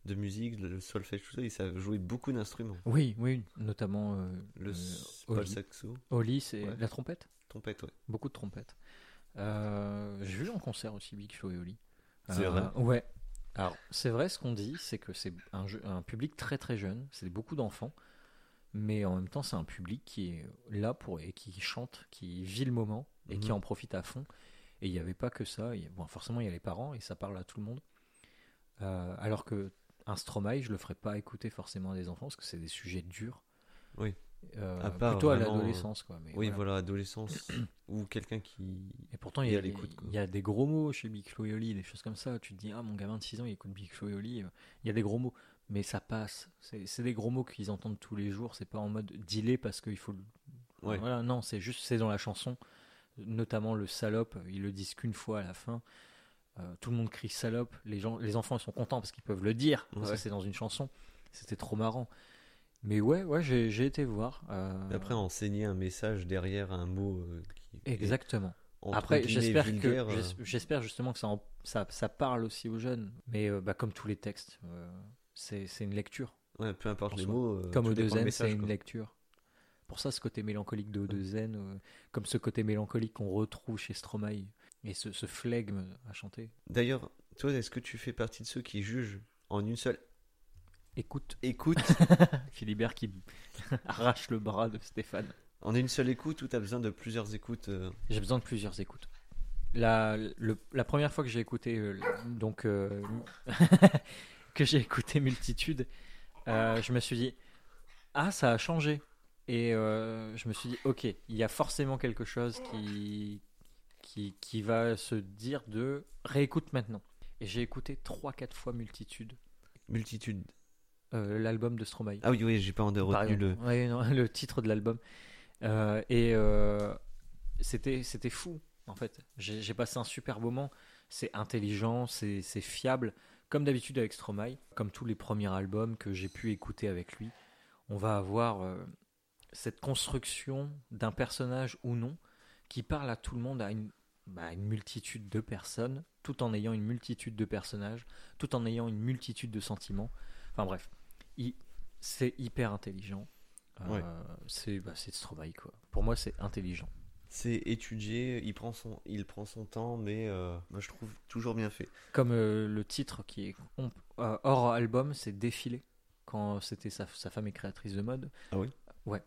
de musique, le solfège, tout ça, ils savent jouer beaucoup d'instruments.
Oui, oui, notamment euh,
Le
euh,
s- pas le
Oli.
saxo,
Oli, c'est
Ouais.
la trompette,
trompette, ouais.
beaucoup de trompettes. Euh, J'ai vu en concert aussi Big Show et Oli.
C'est
Euh,
vrai
Ouais. Alors, c'est vrai ce qu'on dit, c'est que c'est un, jeu- un public très très jeune, c'est beaucoup d'enfants, mais en même temps, c'est un public qui est là pour et qui chante, qui vit le moment et qui
Mhm.
en profite à fond. Et il n'y avait pas que ça. Il y a- bon, forcément, il y a les parents et ça parle à tout le monde. Euh, alors que un Stromae, je le ferais pas écouter forcément à des enfants parce que c'est des sujets durs.
Oui.
Euh,
À part
plutôt à
vraiment,
l'adolescence, quoi. Mais
oui,
voilà.
voilà, adolescence, ou quelqu'un qui.
Et pourtant, il y,
Et
a
à
des-
l'écoute, quoi.
il y a des gros mots chez Big Flo et Oli, des choses comme ça. Tu te dis, ah, mon gamin de 6 ans, il écoute Big Flo et Oli. euh, Il y a des gros mots, mais ça passe. C'est c'est des gros mots qu'ils entendent tous les jours. C'est pas en mode dealer parce qu'il faut. le-
Ouais.
Voilà, non, c'est juste, c'est dans la chanson. Notamment le salope, ils le disent qu'une fois à la fin. Euh, tout le monde crie salope. Les, gens, les enfants, ils sont contents parce qu'ils peuvent le dire. Parce
Ouais.
que c'est dans une chanson. C'était trop marrant. Mais ouais, ouais, j'ai j'ai été voir. euh,
Après, enseigner un message derrière un mot euh, qui. est,
Exactement.
entre
Après,
guillemets,
j'espère que
vulgaire, euh,
j'es- j'espère justement que ça, en- ça, ça parle aussi aux jeunes. Mais euh, bah, comme tous les textes, euh, c'est c'est une lecture.
Ouais, peu importe
En
les
soi.
mots. euh,
Comme
tout
au
dépend du
Odezen,
message,
c'est une
quoi.
lecture. Pour ça, ce côté mélancolique de Odezen, euh, comme ce côté mélancolique qu'on retrouve chez Stromae, et ce, ce flegme à chanter.
D'ailleurs, toi, est-ce que tu fais partie de ceux qui jugent en une seule
Écoute,
écoute
Philibert qui arrache le bras de Stéphane.
En une seule écoute ou t'as besoin de plusieurs écoutes euh,
J'ai besoin de plusieurs écoutes. La, le- la première fois que j'ai écouté euh, donc euh, que j'ai écouté Multitude, euh, je me suis dit ah ça a changé et euh, je me suis dit ok il y a forcément quelque chose qui qui, qui va se dire de réécoute maintenant et j'ai écouté 3-4 fois Multitude
Multitude.
euh, l'album de Stromae
Ah oui, oui, j'ai pas en
par
retenu le.
exemple. Ouais, non, le titre de l'album. Euh, et euh, c'était c'était fou, en fait. J'ai j'ai passé un super moment. C'est intelligent, c'est c'est fiable. Comme d'habitude avec Stromae, comme tous les premiers albums que j'ai pu écouter avec lui, on va avoir euh, cette construction d'un personnage ou non qui parle à tout le monde, à une, bah, une multitude de personnes, tout en ayant une multitude de personnages, tout en ayant une multitude de sentiments. Enfin bref, il- c'est hyper intelligent. Euh,
Ouais.
C'est bah, c'est Stromae, quoi. Pour moi, c'est intelligent.
C'est étudié, il prend son, il prend son temps, mais euh, moi je trouve toujours bien fait.
Comme euh, le titre qui est on- euh, hors album, c'est Défilé. Quand c'était sa, sa femme est créatrice de mode.
Ah oui
Ouais.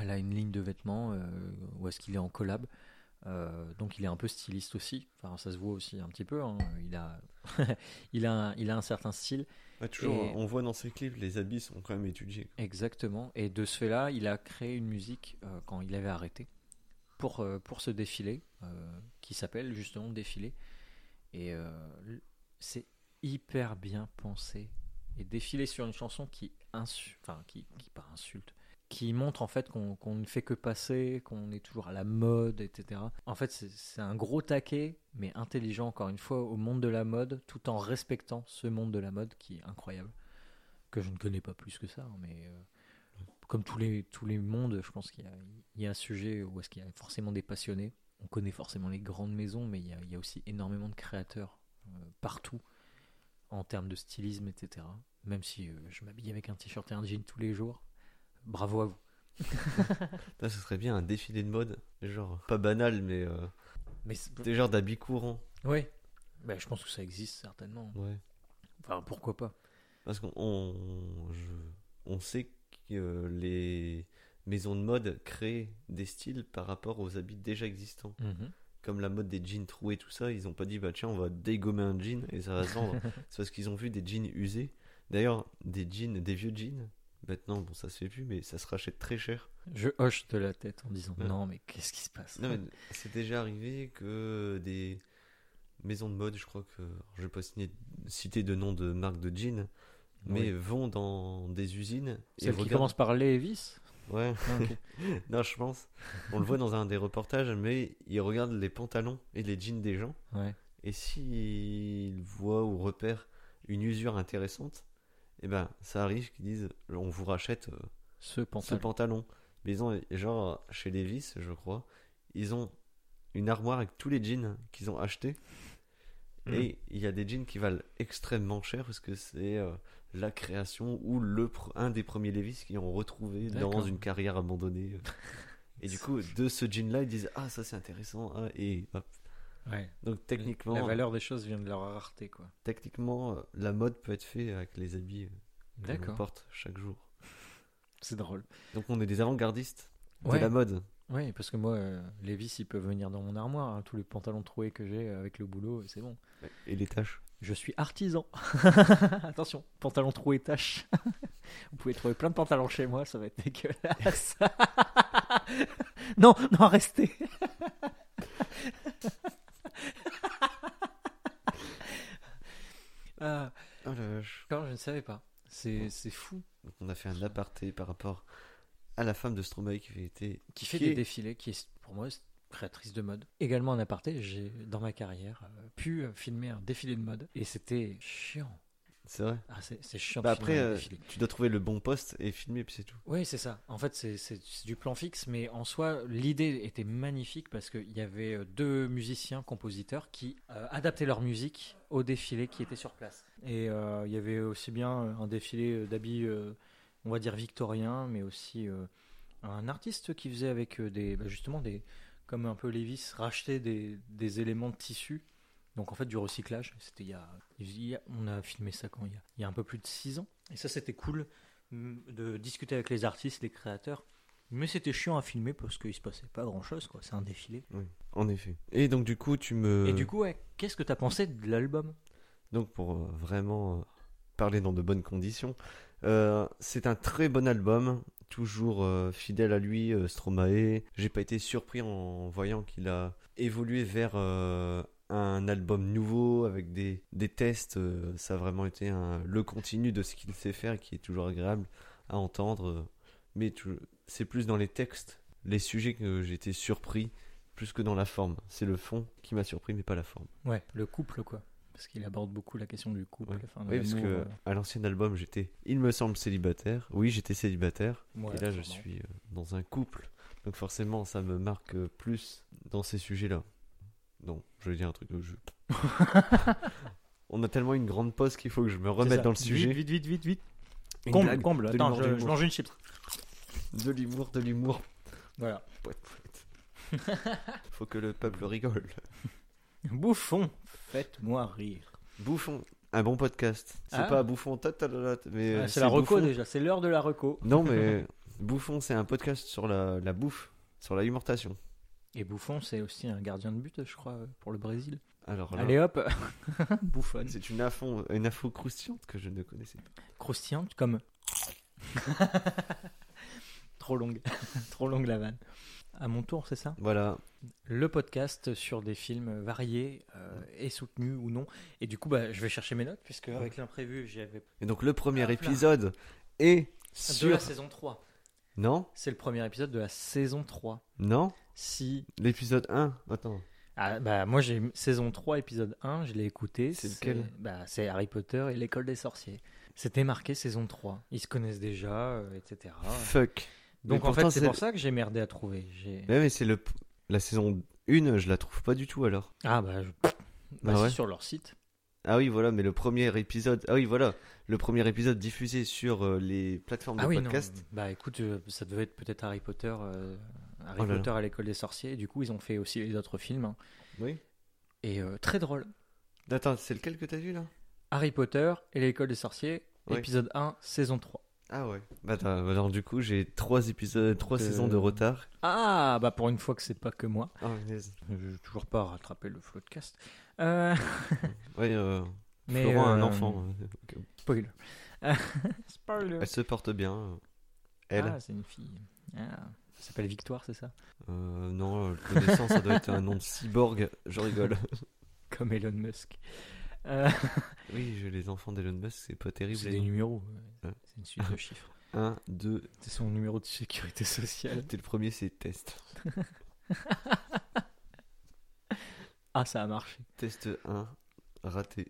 Elle a une ligne de vêtements euh, où est-ce qu'il est en collab. Euh, donc il est un peu styliste aussi. Enfin, ça se voit aussi un petit peu. hein. Il, a il, a un, il a un certain style.
Ouais, toujours,
Et-
on voit dans ces clips, les habits sont quand même étudiés.
Exactement. Et de ce fait-là, il a créé une musique euh, quand il avait arrêté pour, euh, pour ce défilé euh, qui s'appelle justement Défilé. Et euh, l- c'est hyper bien pensé. Et défilé sur une chanson qui insulte, enfin qui, qui pas insulte, qui montre en fait qu'on qu'on ne fait que passer, qu'on est toujours à la mode, etc. En fait, c'est- c'est un gros taquet, mais intelligent encore une fois au monde de la mode, tout en respectant ce monde de la mode qui est incroyable, que je ne connais pas plus que ça, hein, mais euh, comme tous les, tous les mondes, je pense qu'il y, a- il y a un sujet où est-ce qu'il y a forcément des passionnés. On connaît forcément les grandes maisons, mais il y a, il y a aussi énormément de créateurs euh, partout en termes de stylisme, etc. Même si euh, je m'habille avec un t-shirt et un jean tous les jours, bravo à vous.
Là, ce serait bien un défilé de mode, genre pas banal, mais euh,
Mais c'est-
des genres d'habits courants.
oui, Bah, je pense que ça existe certainement.
Ouais.
Enfin, pourquoi pas
Parce qu'on on, je- on sait que euh, les maisons de mode créent des styles par rapport aux habits déjà existants. Comme la mode des jeans troués, tout ça, ils ont pas dit bah tiens on va dégommer un jean et ça va se vendre. C'est parce qu'ils ont vu des jeans usés. D'ailleurs, des jeans, des vieux jeans. Maintenant, bon, ça se fait plus, mais ça se rachète très cher.
Je hoche de la tête en disant
Ouais.
non, mais qu'est-ce qui se passe
Non, mais c'est déjà arrivé que des maisons de mode, je crois que. Je vais pas signer- citer de nom de marque de jeans, mais
Oui.
vont dans des usines. et
Celle qui
regardent-
commence par Lévis
Ouais,
Ah, ok.
non, je pense. On le voit dans un des reportages, mais ils regardent les pantalons et les jeans des gens.
ouais.
Et s'ils voient ou repèrent une usure intéressante, eh ben, ça arrive qu'ils disent on vous rachète euh,
Ce
ce
pantalon.
pantalon. Mais ils ont, genre, chez Levis, je crois, ils ont une armoire avec tous les jeans qu'ils ont achetés.
Mhm.
Et il y a des jeans qui valent extrêmement cher parce que c'est euh, la création ou le pr- un des premiers Levis qui ont retrouvé dans
D'accord.
une carrière abandonnée. Et du coup, de ce jean-là, ils disent Ah, ça c'est intéressant. ah, et hop.
Ouais.
Donc techniquement,
La valeur des choses vient de leur rareté, quoi.
techniquement, euh, la mode peut être faite avec les habits euh, que l'on
D'accord.
porte chaque jour.
C'est drôle.
Donc on est des avant-gardistes de
Ouais.
la mode.
Oui, parce que moi, euh, les vis, ils peuvent venir dans mon armoire. hein. Tous les pantalons troués que j'ai euh, avec le boulot, c'est bon.
Et les tâches.
Je suis artisan. Attention, pantalon troué tâche. Vous pouvez trouver plein de pantalons chez moi, ça va être dégueulasse. non, non, restez. ah,
Oh la vache.
d'accord, je ne savais pas. C'est c'est fou.
Donc on a fait un aparté par rapport à la femme de Stromae qui avait été
qui fait
Qui
des
est-
défilés, qui est pour moi créatrice de mode. Également en aparté, j'ai dans ma carrière euh, pu euh, filmer un défilé de mode et c'était chiant.
C'est vrai.
Ah, c'est c'est chiant. de
Bah
filmer
après,
avec
euh,
des filets.
tu dois trouver le bon poste et filmer, puis c'est tout.
Oui, c'est ça. En fait, c'est- c'est c'est du plan fixe, mais en soi, l'idée était magnifique parce qu'il y avait euh, deux musiciens compositeurs qui euh, adaptaient leur musique au défilé qui était sur place. Et euh, il y avait aussi bien euh, un défilé euh, d'habits, euh, on va dire victoriens, mais aussi euh, un artiste qui faisait avec euh, des, bah, justement des, comme un peu Lévis, racheter des, des éléments de tissu. Donc en fait du recyclage, c'était il y a, il y a- on a filmé ça quand il y a, il y a un peu plus de 6 ans. Et ça c'était cool de discuter avec les artistes, les créateurs. Mais c'était chiant à filmer parce qu'il se passait pas grand chose, quoi. C'est un défilé.
En effet. Et donc, du coup, tu me.
Et du coup, ouais, qu'est-ce que t'as pensé de l'album
Donc pour euh, vraiment euh, parler dans de bonnes conditions, euh, c'est un très bon album, toujours euh, fidèle à lui, euh, Stromae. J'ai pas été surpris en voyant qu'il a évolué vers euh, un album nouveau avec des, des tests. euh, ça a vraiment été un- le continu de ce qu'il sait faire et qui est toujours agréable à entendre. euh, mais tu- c'est plus dans les textes, les sujets que j'étais surpris, plus que dans la forme. C'est le fond qui m'a surpris, mais pas la forme.
Ouais, le couple, quoi. Parce qu'il aborde beaucoup la question du couple. enfin, de
Oui, parce
l'amour,
que
euh,
à l'ancien album, j'étais, il me semble, célibataire. Oui, j'étais célibataire.
ouais,
et là, je
sûrement.
suis euh, dans un couple. Donc forcément, ça me marque euh, plus dans ces sujets-là. Non, je vais dire un truc. euh, Je... On a tellement une grande pause qu'il faut que je me
C'est
remette
ça.
dans le sujet.
Vite, vite, vite, vite,
Une
vite. Comble,
blague,
comble.
de
Attends,
l'humour,
je,
de
je
l'humour.
mange une chips.
De l'humour, de l'humour.
Voilà.
Pouet, pouet. faut que le peuple rigole.
Bouffon, faites-moi rire.
Bouffon, un bon podcast. C'est
Ah.
pas bouffon, ta, ta, ta, ta, mais euh,
Ah, c'est la reco
Bouffon.
déjà, c'est l'heure de la reco.
Non, mais Bouffon, c'est un podcast sur la, la bouffe, sur l'alimentation.
Et Bouffon, c'est aussi un gardien de but, je crois, euh, pour le Brésil.
Alors là,
Allez hop, bouffonne.
c'est une info, une info croustillante que je ne connaissais pas.
croustillante comme. Trop longue. Trop longue la vanne. À mon tour, c'est ça
Voilà,
Le podcast sur des films variés euh, et soutenus ou non. Et du coup, bah, je vais chercher mes notes, puisque avec l'imprévu, j'avais.
et donc le premier
Hop Ah, là. Ah,
épisode est
De
sur...
la saison 3.
Non
C'est le premier épisode de la saison 3.
Non
Si.
L'épisode 1 Attends,
Ah, bah, moi, j'ai saison 3, épisode 1, je l'ai écouté.
C'est lequel
bah, C'est Harry Potter et l'école des sorciers. C'était marqué saison 3. Ils se connaissent déjà, euh, etc.
fuck.
Donc,
Mais
en fait,
pourtant,
c'est
c'est-
pour ça que j'ai merdé à trouver. J'ai.
Ouais, mais c'est le... la saison 1, je la trouve pas du tout alors.
Ah bah, je... bah,
Ah
c'est
ouais
sur leur site.
Ah oui, voilà, mais le premier épisode... Ah oui, voilà, le premier épisode diffusé sur euh, les plateformes de
ah oui,
podcast.
non. Bah écoute, euh, ça devait être peut-être Harry Potter, euh, Harry
Oh là là.
Potter à l'école des sorciers. Et du coup, ils ont fait aussi les autres films. hein.
Oui
Et euh, très drôle.
Attends, c'est lequel que t'as vu là
Harry Potter et l'école des sorciers,
Oui.
épisode 1, saison 3.
Ah ouais. Bah attends, alors du coup, j'ai trois épisodes, trois
Euh,
saisons de retard.
Ah bah pour une fois que c'est pas que moi.
Ah, punaise.
J'ai toujours pas rattrapé le flot de cast. Euh,
Ouais, euh,
mais
Florent a un
euh,
enfant. hein.
Spoiler. Spoiler.
Elle se porte bien. euh, Elle.
Ah, c'est une fille. Ah. Ça s'appelle Victoire, c'est ça
Euh, non, euh, connaissance, ça doit être un nom de cyborg. Je rigole.
Comme Elon Musk. Euh,
Oui, j'ai les enfants d'Elon Musk, c'est pas terrible.
C'est
les
des
noms.
numéros. ouais.
Ouais.
C'est une suite de chiffres.
1, 2,
C'est son numéro de sécurité sociale.
t'es le premier, c'est test.
Ah, ça a marché.
Test 1, raté.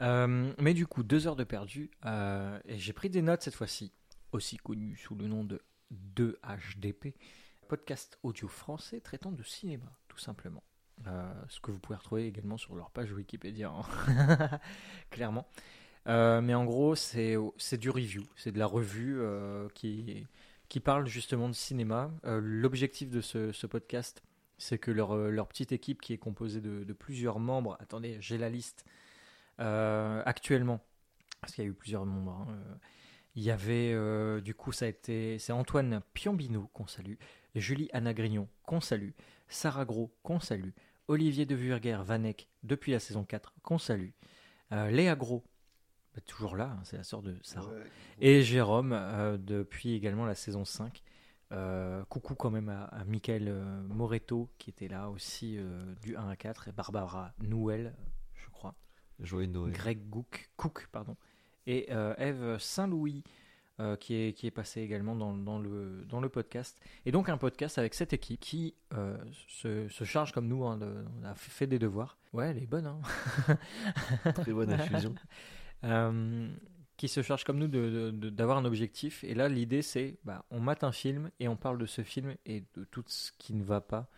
Euh, mais du coup, deux heures de perdu. euh, et j'ai pris des notes cette fois-ci, aussi connu sous le nom de 2HDP, podcast audio français traitant de cinéma, tout simplement. Euh, ce que vous pouvez retrouver également sur leur page Wikipédia, hein. clairement. Euh, mais en gros, c'est c'est du review, c'est de la revue euh, qui, qui parle justement de cinéma. Euh, L'objectif de ce, ce podcast, c'est que leur, euh, leur petite équipe qui est composée de, de plusieurs membres, attendez, j'ai la liste, Euh, actuellement, parce qu'il y a eu plusieurs membres, hein, euh, il y avait euh, du coup, ça a été, c'est Antoine Piombino qu'on salue, Julie Anna Grignon qu'on salue, Sarah Gros qu'on salue, Olivier de Vurguer-Vanek depuis la saison 4 qu'on salue, Euh, Léa Gros, bah, toujours là, hein, c'est la sœur de Sarah. Et Jérôme, euh, depuis également la saison 5. Euh, coucou quand même à, à Michael euh, Moretto, qui était là aussi euh, du 1 à 4, et Barbara Nouel, je crois,
Joyeux Noël.
Greg Gook, Cook, pardon, et euh, Eve Saint-Louis, euh, qui, est, qui est passée également dans, dans le, dans le podcast. Et donc un podcast avec cette équipe qui euh, se, se charge comme nous, hein, de- on a fait des devoirs. Ouais, elle est bonne, hein
Très bonne infusion.
euh, qui se chargent comme nous de- de- de- d'avoir un objectif. Et là, l'idée, c'est bah, on mate un film et on parle de ce film et de tout ce qui ne va pas.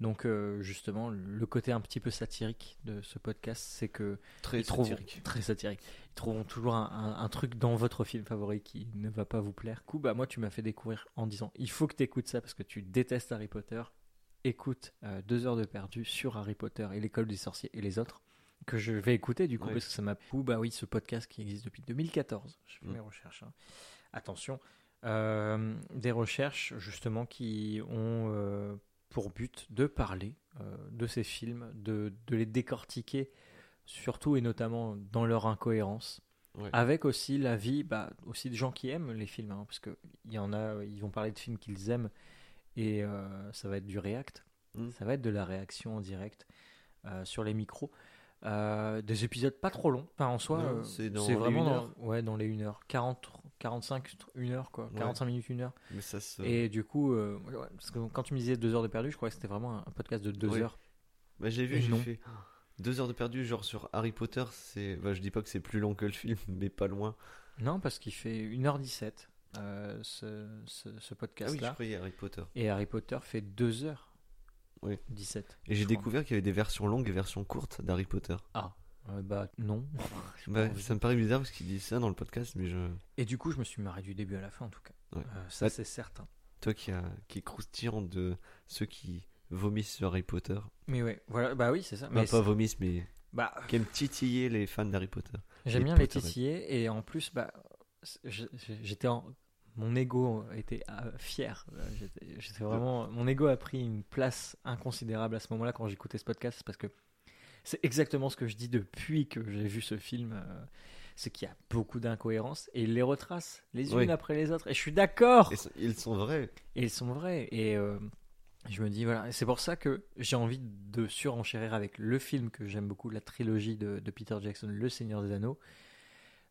Donc, euh, justement, le côté un petit peu satirique de ce podcast, c'est que
Très
ils trouveront-
satirique.
très satirique. Ils trouveront toujours un, un- un truc dans votre film favori qui ne va pas vous plaire. Du coup, bah, moi, tu m'as fait découvrir en disant il faut que tu écoutes ça parce que tu détestes Harry Potter. Écoute euh, deux heures de perdu sur Harry Potter et l'école des sorciers et les autres que je vais écouter du coup
Ouais.
parce que ça m'a. Ou bah oui, ce podcast qui existe depuis 2014. Je fais
Mm.
mes recherches. hein. Attention, Euh, des recherches justement qui ont euh, pour but de parler euh, de ces films, de, de les décortiquer, surtout et notamment dans leur incohérence,
Ouais.
avec aussi l'avis bah, aussi de gens qui aiment les films, hein, parce que il y en a, ils vont parler de films qu'ils aiment et euh, ça va être du react,
Mm.
ça va être de la réaction en direct euh, sur les micros. Euh, des épisodes pas trop longs, enfin en soi,
Non,
euh,
c'est dans les
vraiment
une
dans,
heure.
ouais, dans les 1 heure, 40, 45, 1 heure quoi,
Ouais.
45 minutes, 1 heure.
Mais ça se.
Et du coup, euh, ouais, ouais, parce que quand tu me disais 2 heures de perdu, je croyais que c'était vraiment un podcast de 2
Ouais.
heures.
Bah, j'ai vu,
et
j'ai
non.
fait deux heures de perdu, genre sur Harry Potter. C'est. Bah, je dis pas que c'est plus long que le film, mais pas loin.
Non, parce qu'il fait 1h17 euh, ce, ce- ce
Ah oui, je
podcast-là.
croyais Harry Potter.
et Harry Potter fait 2h17.
Oui. Et j'ai découvert qu'il y avait des versions longues et versions courtes d'Harry Potter.
bah non. J'ai pas
Bah,
envie.
ça me paraît bizarre parce qu'il dit ça dans le podcast, mais je.
Et du coup, je me suis marré du début à la fin en tout cas.
Ouais.
Euh, ça,
Bah-
c'est certain.
Toi qui, a... qui est croustillant de ceux qui vomissent sur Harry Potter.
Mais ouais, voilà, bah oui, c'est ça.
Bah,
Mais
pas
c'est-
vomissent, mais
bah,
qui aiment titiller les fans d'Harry Potter.
J'aime
Les
bien les
Potterheads.
titiller et en plus, bah, c'est- je- je- j'étais en... mon ego était euh, fier. Euh, j'étais- J'étais vraiment, mon ego a pris une place inconsidérable à ce moment-là quand j'écoutais ce podcast parce que c'est exactement ce que je dis depuis que j'ai vu ce film. euh, c'est qu'il y a beaucoup d'incohérences et il les retrace les unes
Oui.
après les autres. Et je suis d'accord.
Et so- ils sont vrais.
Et ils sont vrais. Et euh, je me dis, voilà, Et c'est pour ça que j'ai envie de surenchérir avec le film que j'aime beaucoup, la trilogie de, de Peter Jackson, Le Seigneur des Anneaux,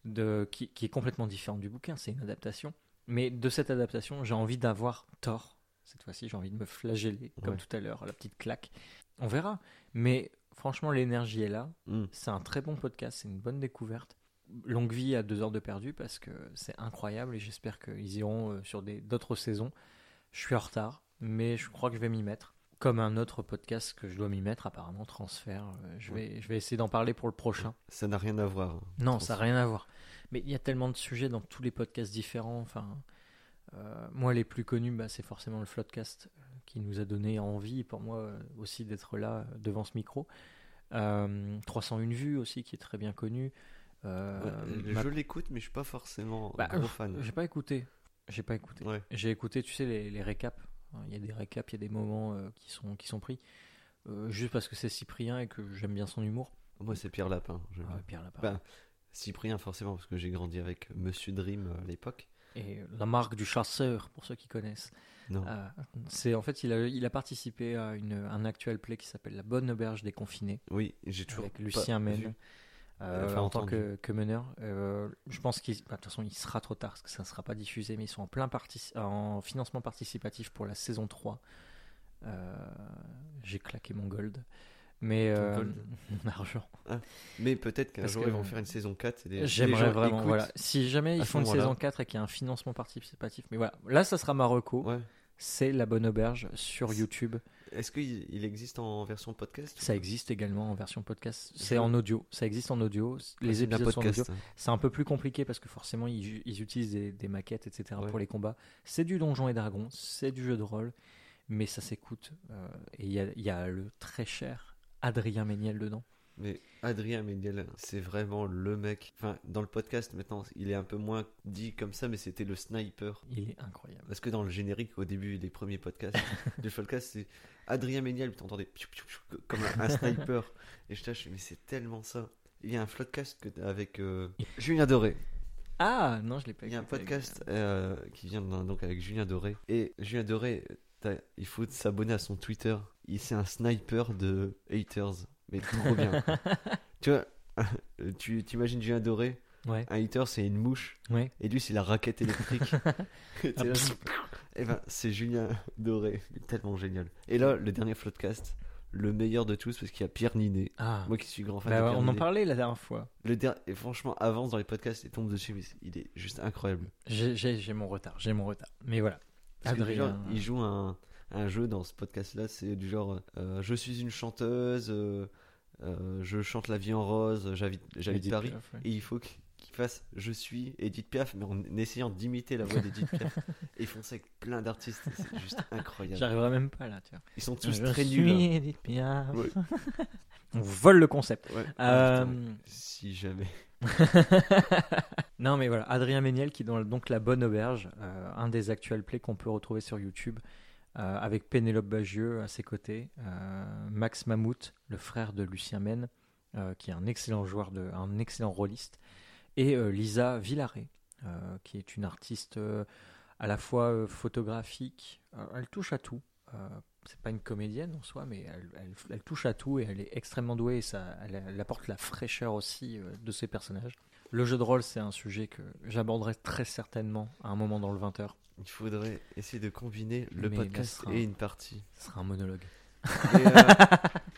de, qui, qui est complètement différente du bouquin, c'est une adaptation. Mais de cette adaptation, j'ai envie d'avoir tort. Cette fois-ci, j'ai envie de me flageller, comme
Ouais.
tout à l'heure, la petite claque. On verra. Mais franchement, l'énergie est là.
Mm.
C'est un très bon podcast, c'est une bonne découverte. Longue vie à deux heures de perdu parce que c'est incroyable et j'espère qu'ils iront euh, sur des- d'autres saisons. Je suis en retard, mais je crois que je vais m'y mettre. Comme un autre podcast que je dois m'y mettre, apparemment, transfert. euh, Je vais, je vais essayer d'en parler pour le prochain.
Ça n'a rien à voir. hein.
Non, ça n'a rien à voir. Mais il y a tellement de sujets dans tous les podcasts différents. Enfin, euh, moi, les plus connus, bah, c'est forcément le Floodcast euh, qui nous a donné envie, pour moi euh, aussi, d'être là euh, devant ce micro. Euh, 301 vues aussi, qui est très bien connu.
Ouais,
Euh,
je
ma-
l'écoute, mais je suis pas forcément
Bah,
gros fan.
J'ai pas écouté. J'ai pas écouté.
Ouais.
J'ai écouté, tu sais, les, les récaps. Il y a des récaps, il y a des moments euh, qui, sont, qui sont pris. Euh, juste parce que c'est Cyprien et que j'aime bien son humour.
Moi, c'est Pierre Lapin. je-
Ah ouais, Pierre Lapin.
Bah, Cyprien, forcément, parce que j'ai grandi avec Monsieur Dream euh, à l'époque.
Et la marque du chasseur, pour ceux qui connaissent.
Non.
Euh, c'est en fait, il a, il a participé à une, un actual play qui s'appelle La Bonne Auberge des Confinés,
Oui, j'ai toujours.
avec
pas
Lucien
vu.
Mène, euh,
Enfin,
en tant
entendu.
que, que meneur. Euh, je pense qu'il, bah, de toute façon, il sera trop tard parce que ça ne sera pas diffusé, mais ils sont en plein partici- en financement participatif pour la saison 3. Euh, J'ai claqué mon gold, mais
Ton
euh,
gold.
mon argent.
Mais peut-être qu'un
Parce
jour,
que-
ils vont faire une saison 4. et les- les
J'aimerais
gens
vraiment,
écoutent.
voilà. Si jamais
à ce
ils font une
moment-là.
saison 4 et qu'il y a un financement participatif, mais voilà, là, ça sera ma reco.
Ouais.
C'est La Bonne Auberge sur
C'est-
YouTube.
Est-ce qu'il il existe en version podcast
Ça existe également en version podcast. C'est
Je-
en audio. Ça existe en audio. Les
C'est de la
épisodes sont en audio.
podcast.
C'est un peu plus compliqué parce que forcément, ils, ju- ils utilisent des, des maquettes, etc.
Ouais.
pour les combats. C'est du donjon et dragon. C'est du jeu de rôle. Mais ça s'écoute. euh, et il y a, il y a le très cher Adrien Méniel dedans.
Mais Adrien Méniel, c'est vraiment le mec. Enfin, dans le podcast maintenant, il est un peu moins dit comme ça, mais c'était le sniper.
Il est incroyable.
Parce que dans le générique, au début des premiers podcasts du Folcast, c'est Adrien Méniel, puis t'entendais piou, piou, piou, comme un, un sniper. Et je tâche, mais c'est tellement ça. Il y a un podcast que- avec euh, Julien Doré.
Ah non, je l'ai pas
Il y a un
écouté.
podcast euh, qui vient d'un- donc avec Julien Doré. Et Julien Doré, t'as- il faut s'abonner à son Twitter. Il c'est un sniper de haters, mais trop bien. tu vois, tu t'imagines Julien Doré
Ouais.
Un hater, c'est une mouche.
Ouais.
Et lui, c'est la raquette électrique. et t'es là,
pfff.
eh ben, c'est Julien Doré. Tellement génial. Et là, le dernier podcast, le meilleur de tous parce qu'il y a Pierre Ninet.
Ah,
Moi qui suis grand fan
bah,
de Pierre
on en
Ninet.
parlait la dernière fois.
Le der- et franchement, avance dans les podcasts et tombe dessus, mais c'est- il est juste incroyable.
J'ai- J'ai j'ai mon retard, j'ai mon retard. Mais voilà.
Parce que du
Adrien. hein.
genre, il joue un, un jeu dans ce podcast-là, c'est du genre euh, Je suis une chanteuse, euh, euh, je chante la vie en rose, j'habite j'habite
Edith
Paris.
Piaf, ouais.
Et il faut qu- qu'il fasse Je suis Edith Piaf, mais en essayant d'imiter la voix d'Edith Piaf. et ils font ça avec plein d'artistes, c'est juste incroyable.
J'arriverai même pas là, tu vois.
Ils sont tous
Je
très
suis
nuls. hein.
Edith Piaf.
Ouais.
On vole le concept.
Ouais. Ah,
Euh,
putain, si jamais.
non mais voilà, Adrien Méniel qui est dans le- donc la bonne auberge, euh, un des actuels plays qu'on peut retrouver sur YouTube, euh, avec Pénélope Bagieux à ses côtés, euh, Max Mammouth, le frère de Lucien Mène, euh, qui est un excellent joueur, de, un excellent rôliste, et euh, Lisa Villaret, euh, qui est une artiste euh, à la fois euh, photographique, euh, elle touche à tout. Euh, c'est pas une comédienne en soi, mais elle, elle- elle touche à tout et elle est extrêmement douée et ça, elle, elle apporte la fraîcheur aussi euh, de ses personnages. Le jeu de rôle, c'est un sujet que j'aborderai très certainement à un moment dans le 20h.
Il faudrait essayer de combiner le
Mais
podcast
Bastrin.
et une partie.
Ce sera un monologue.
Et, euh,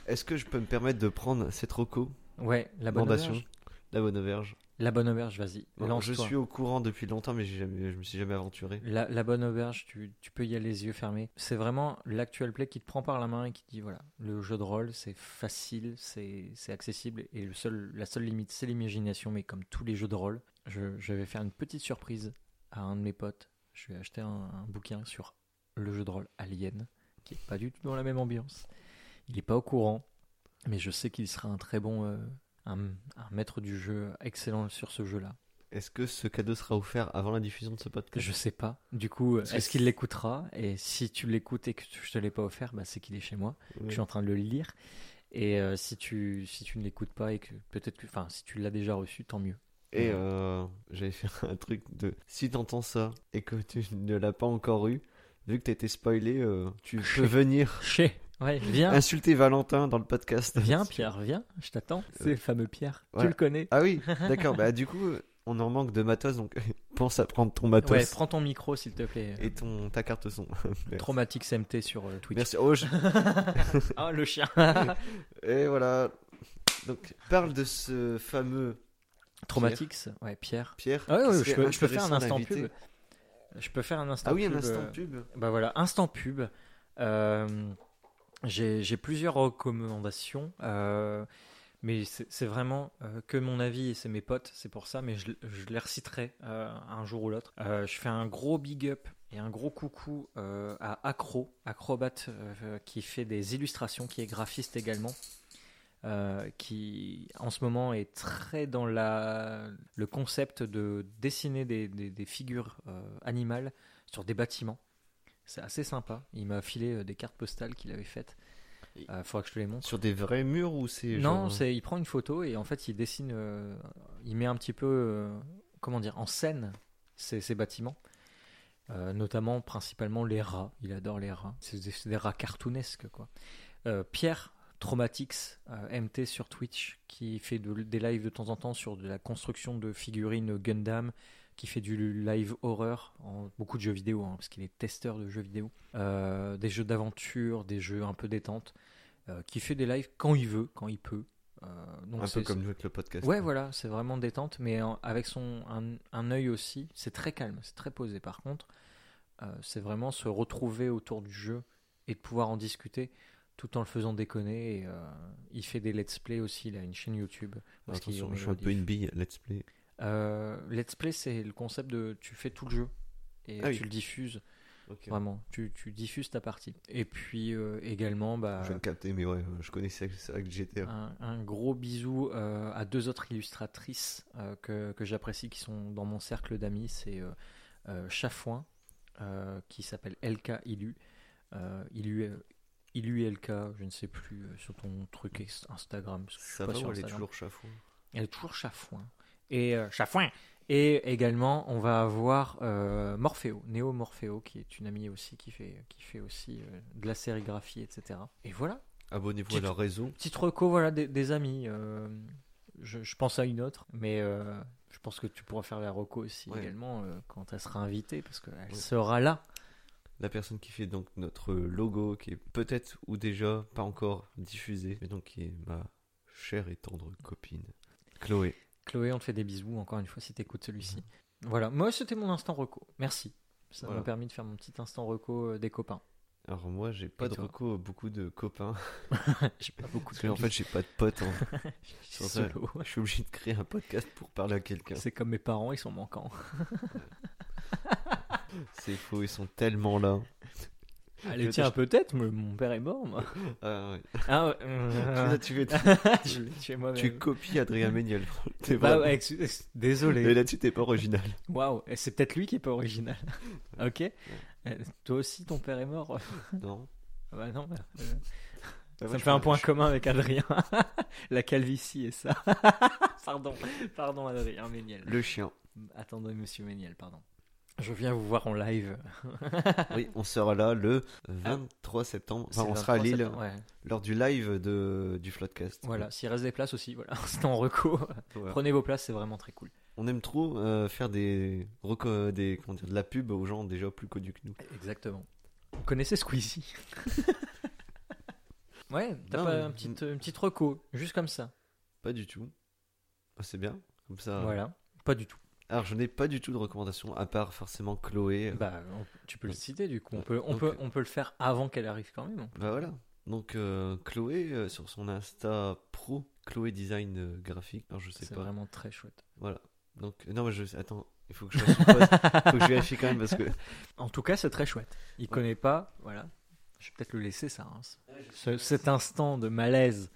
Est-ce que je peux me permettre de prendre cette roco
Ouais, la bonne
Mandation.
auberge.
La bonne auberge.
La bonne auberge, vas-y.
Bon, je
lance-toi.
suis au courant depuis longtemps, mais j'ai jamais, je me suis jamais aventuré.
La, la bonne auberge, tu, tu peux y aller les yeux fermés. C'est vraiment l'actuel play qui te prend par la main et qui te dit voilà, le jeu de rôle, c'est facile, c'est c'est accessible et le seul, la seule limite, c'est l'imagination. Mais comme tous les jeux de rôle, je, je vais faire une petite surprise à un de mes potes. Je vais acheter un, un bouquin sur le jeu de rôle Alien, qui est pas du tout dans la même ambiance. Il est pas au courant, mais je sais qu'il sera un très bon, euh, un, un maître du jeu excellent sur ce jeu-là.
Est-ce que ce cadeau sera offert avant la diffusion de ce podcast
Je sais pas. Du coup,
Parce que
est-ce
c'est-
qu'il l'écoutera Et si tu l'écoutes et que tu- je te l'ai pas offert, bah, c'est qu'il est chez moi. que Je suis en train de le lire. Et euh, si tu si tu ne l'écoutes pas et que peut-être que enfin si tu l'as déjà reçu, tant mieux.
Et euh, j'avais fait un truc de si t'entends ça et que tu ne l'as pas encore eu, vu que t'as été spoilé, euh, tu
Chez-
peux venir
Chez. Ouais, viens,
insulter Valentin dans le podcast.
viens Pierre, viens, je t'attends. C'est le fameux Pierre.
voilà.
Tu le connais.
Ah oui, d'accord. Bah du coup, on en manque de matos, donc pense à prendre ton matos
Ouais, prends ton micro s'il te plaît.
Ah, et ton ta carte son. Merci.
Traumatix MT sur euh, Twitch.
Merci. Oh, je-
Ah le chien.
Et voilà. Donc parle de ce fameux
Traumatix, ouais, Pierre.
Pierre.
Ah ouais,
qui
ouais,
serait
je, peux, je peux faire un
intéressant
instant
d'inviter.
pub. Je peux faire un instant
Ah oui, un
pub,
instant
euh,
pub.
Bah voilà, instant pub. Euh, J'ai j'ai plusieurs recommandations, euh, mais c'est c'est vraiment euh, que mon avis et c'est mes potes, c'est pour ça, mais je, je les reciterai euh, un jour ou l'autre. Euh, je fais un gros big up et un gros coucou euh, à Acro, Acrobat, euh, qui fait des illustrations, qui est graphiste également. euh, qui en ce moment est très dans la, le concept de dessiner des, des- des figures euh, animales sur des bâtiments. C'est assez sympa. Il m'a filé euh, des cartes postales qu'il avait faites.
Et-
Euh, faudra que je te les montre.
Sur des vrais murs ou c'est
Non,
genre-
c'est il prend une photo et en fait il dessine, euh, il met un petit peu, euh, comment dire, en scène ces, ces bâtiments, Euh, notamment principalement les rats. Il adore les rats. C'est des, c'est des rats cartoonesques quoi. Euh, Pierre Traumatix euh, MT sur Twitch qui fait de- des lives de temps en temps sur de la construction de figurines Gundam, qui fait du live horreur en beaucoup de jeux vidéo hein, parce qu'il est testeur de jeux vidéo, Euh, des jeux d'aventure, des jeux un peu détente. euh, qui fait des lives quand il veut, quand il peut. Euh, donc
un peu
c'est-
comme nous avec le podcast.
Ouais, voilà, c'est vraiment détente, mais en- avec son, un, un œil aussi. C'est très calme, c'est très posé. Par contre, euh, c'est vraiment se retrouver autour du jeu et de pouvoir en discuter tout en le faisant déconner. Et, euh, il fait des let's play aussi, il a une chaîne YouTube. parce qu'il
Bah, Attention,
met
je suis un
le
peu
diff.
une bille, let's play.
Euh, let's play, c'est le concept de tu fais tout le jeu et
Ah oui.
tu le diffuses, vraiment. Tu, tu diffuses ta partie. Et puis euh, également, bah,
Je viens de capter, mais ouais, je connaissais ça avec GTA.
un, un gros bisou euh, à deux autres illustratrices euh, que, que j'apprécie, qui sont dans mon cercle d'amis. C'est euh, euh, Chafouin, euh, qui s'appelle LK Ilu. Euh, Ilu, euh, Ilu LK, je ne sais plus, euh, sur ton truc ex- Instagram. parce que je suis
Ça
pas
va,
sur
ou elle est
Instagram.
toujours chafouin.
Elle est toujours Chafouin. Et euh, Chafouin Et également, on va avoir euh, Morpheo, Néo Morpheo, qui est une amie aussi, qui fait, qui fait aussi euh, de la sérigraphie, etc. Et voilà
Abonnez-vous à
Petite-
leur réseau.
Petite reco, voilà, des, des amis. euh, je, je pense à une autre, mais euh, je pense que tu pourras faire la reco aussi
Ouais.
également euh, quand elle sera invitée, parce qu'elle
Ouais.
sera là.
la personne qui fait donc notre logo, qui est peut-être ou déjà pas encore diffusée, mais donc qui est ma chère et tendre copine, Chloé.
Chloé, on te fait des bisous encore une fois si t'écoutes celui-ci. Voilà, moi c'était mon instant reco. Merci. Ça
Voilà.
m'a permis de faire mon petit instant reco euh, des copains.
Alors moi, j'ai pas
Et
de
toi
recours, beaucoup de copains,
J'ai pas beaucoup
parce
de
que en fait, j'ai pas de potes. hein.
Je suis
sur ça.
solo.
Je suis obligé de créer un podcast pour parler à quelqu'un.
C'est comme mes parents, ils sont manquants.
C'est faux, ils sont tellement là.
Allez,
vais
tiens, peut-être, mais mon père est mort, moi.
Ah ouais.
Ah, ouais,
Là,
euh,
tu, fais-
je l'ai tué moi-même.
tu copies Adrien Méniel. T'es
Bah,
vraiment-
ouais, ex-
Et
désolé.
là-dessus, t'es pas original.
Waouh, et c'est peut-être lui qui est pas original. ok. Euh, Toi aussi, ton père est mort.
Non.
Ah bah non. bah,
Bah,
euh, ça
moi,
me
je
fait un
parle-
point
je-
commun avec Adrien. La calvitie et ça. pardon, pardon Adrien Méniel.
Le chien.
Attendez, monsieur Méniel, pardon. Je viens vous voir en live.
Oui, on sera là le 23 septembre. Enfin,
C'est
on
le
sera à
23
Lille
septembre, ouais.
lors du live de, du Floodcast.
Voilà, s'il reste des places aussi, voilà, c'était en reco.
Ouais.
Prenez vos places, c'est vraiment très cool.
On aime trop euh, faire des, reco- des comment dire, de la pub aux gens déjà plus connus que nous.
Exactement. Vous connaissez Squeezie Ouais, t'as
Non,
pas
mais-
un petit, une petite reco, juste comme ça.
Pas du tout. Ah, C'est bien. Comme ça.
Voilà, pas du tout.
Alors, je n'ai pas du tout de recommandations à part forcément Chloé. Bah,
Bah, on- tu peux le citer du coup. On
Ouais,
peut, on
donc,
peut,
euh,
on peut le faire avant qu'elle arrive quand même. hein.
Bah, voilà. Donc, euh, Chloé euh, sur son Insta pro, Chloé Design euh, Graphique. Alors, je sais
C'est
pas.
vraiment très chouette.
Voilà. Donc, euh, non, mais je. Attends, il faut que je fasse une pause. faut que je vérifie quand même parce que.
En tout cas, c'est très chouette. Il connaît pas, voilà. Je vais peut-être le laisser ça. hein, ce- ce- cet instant de malaise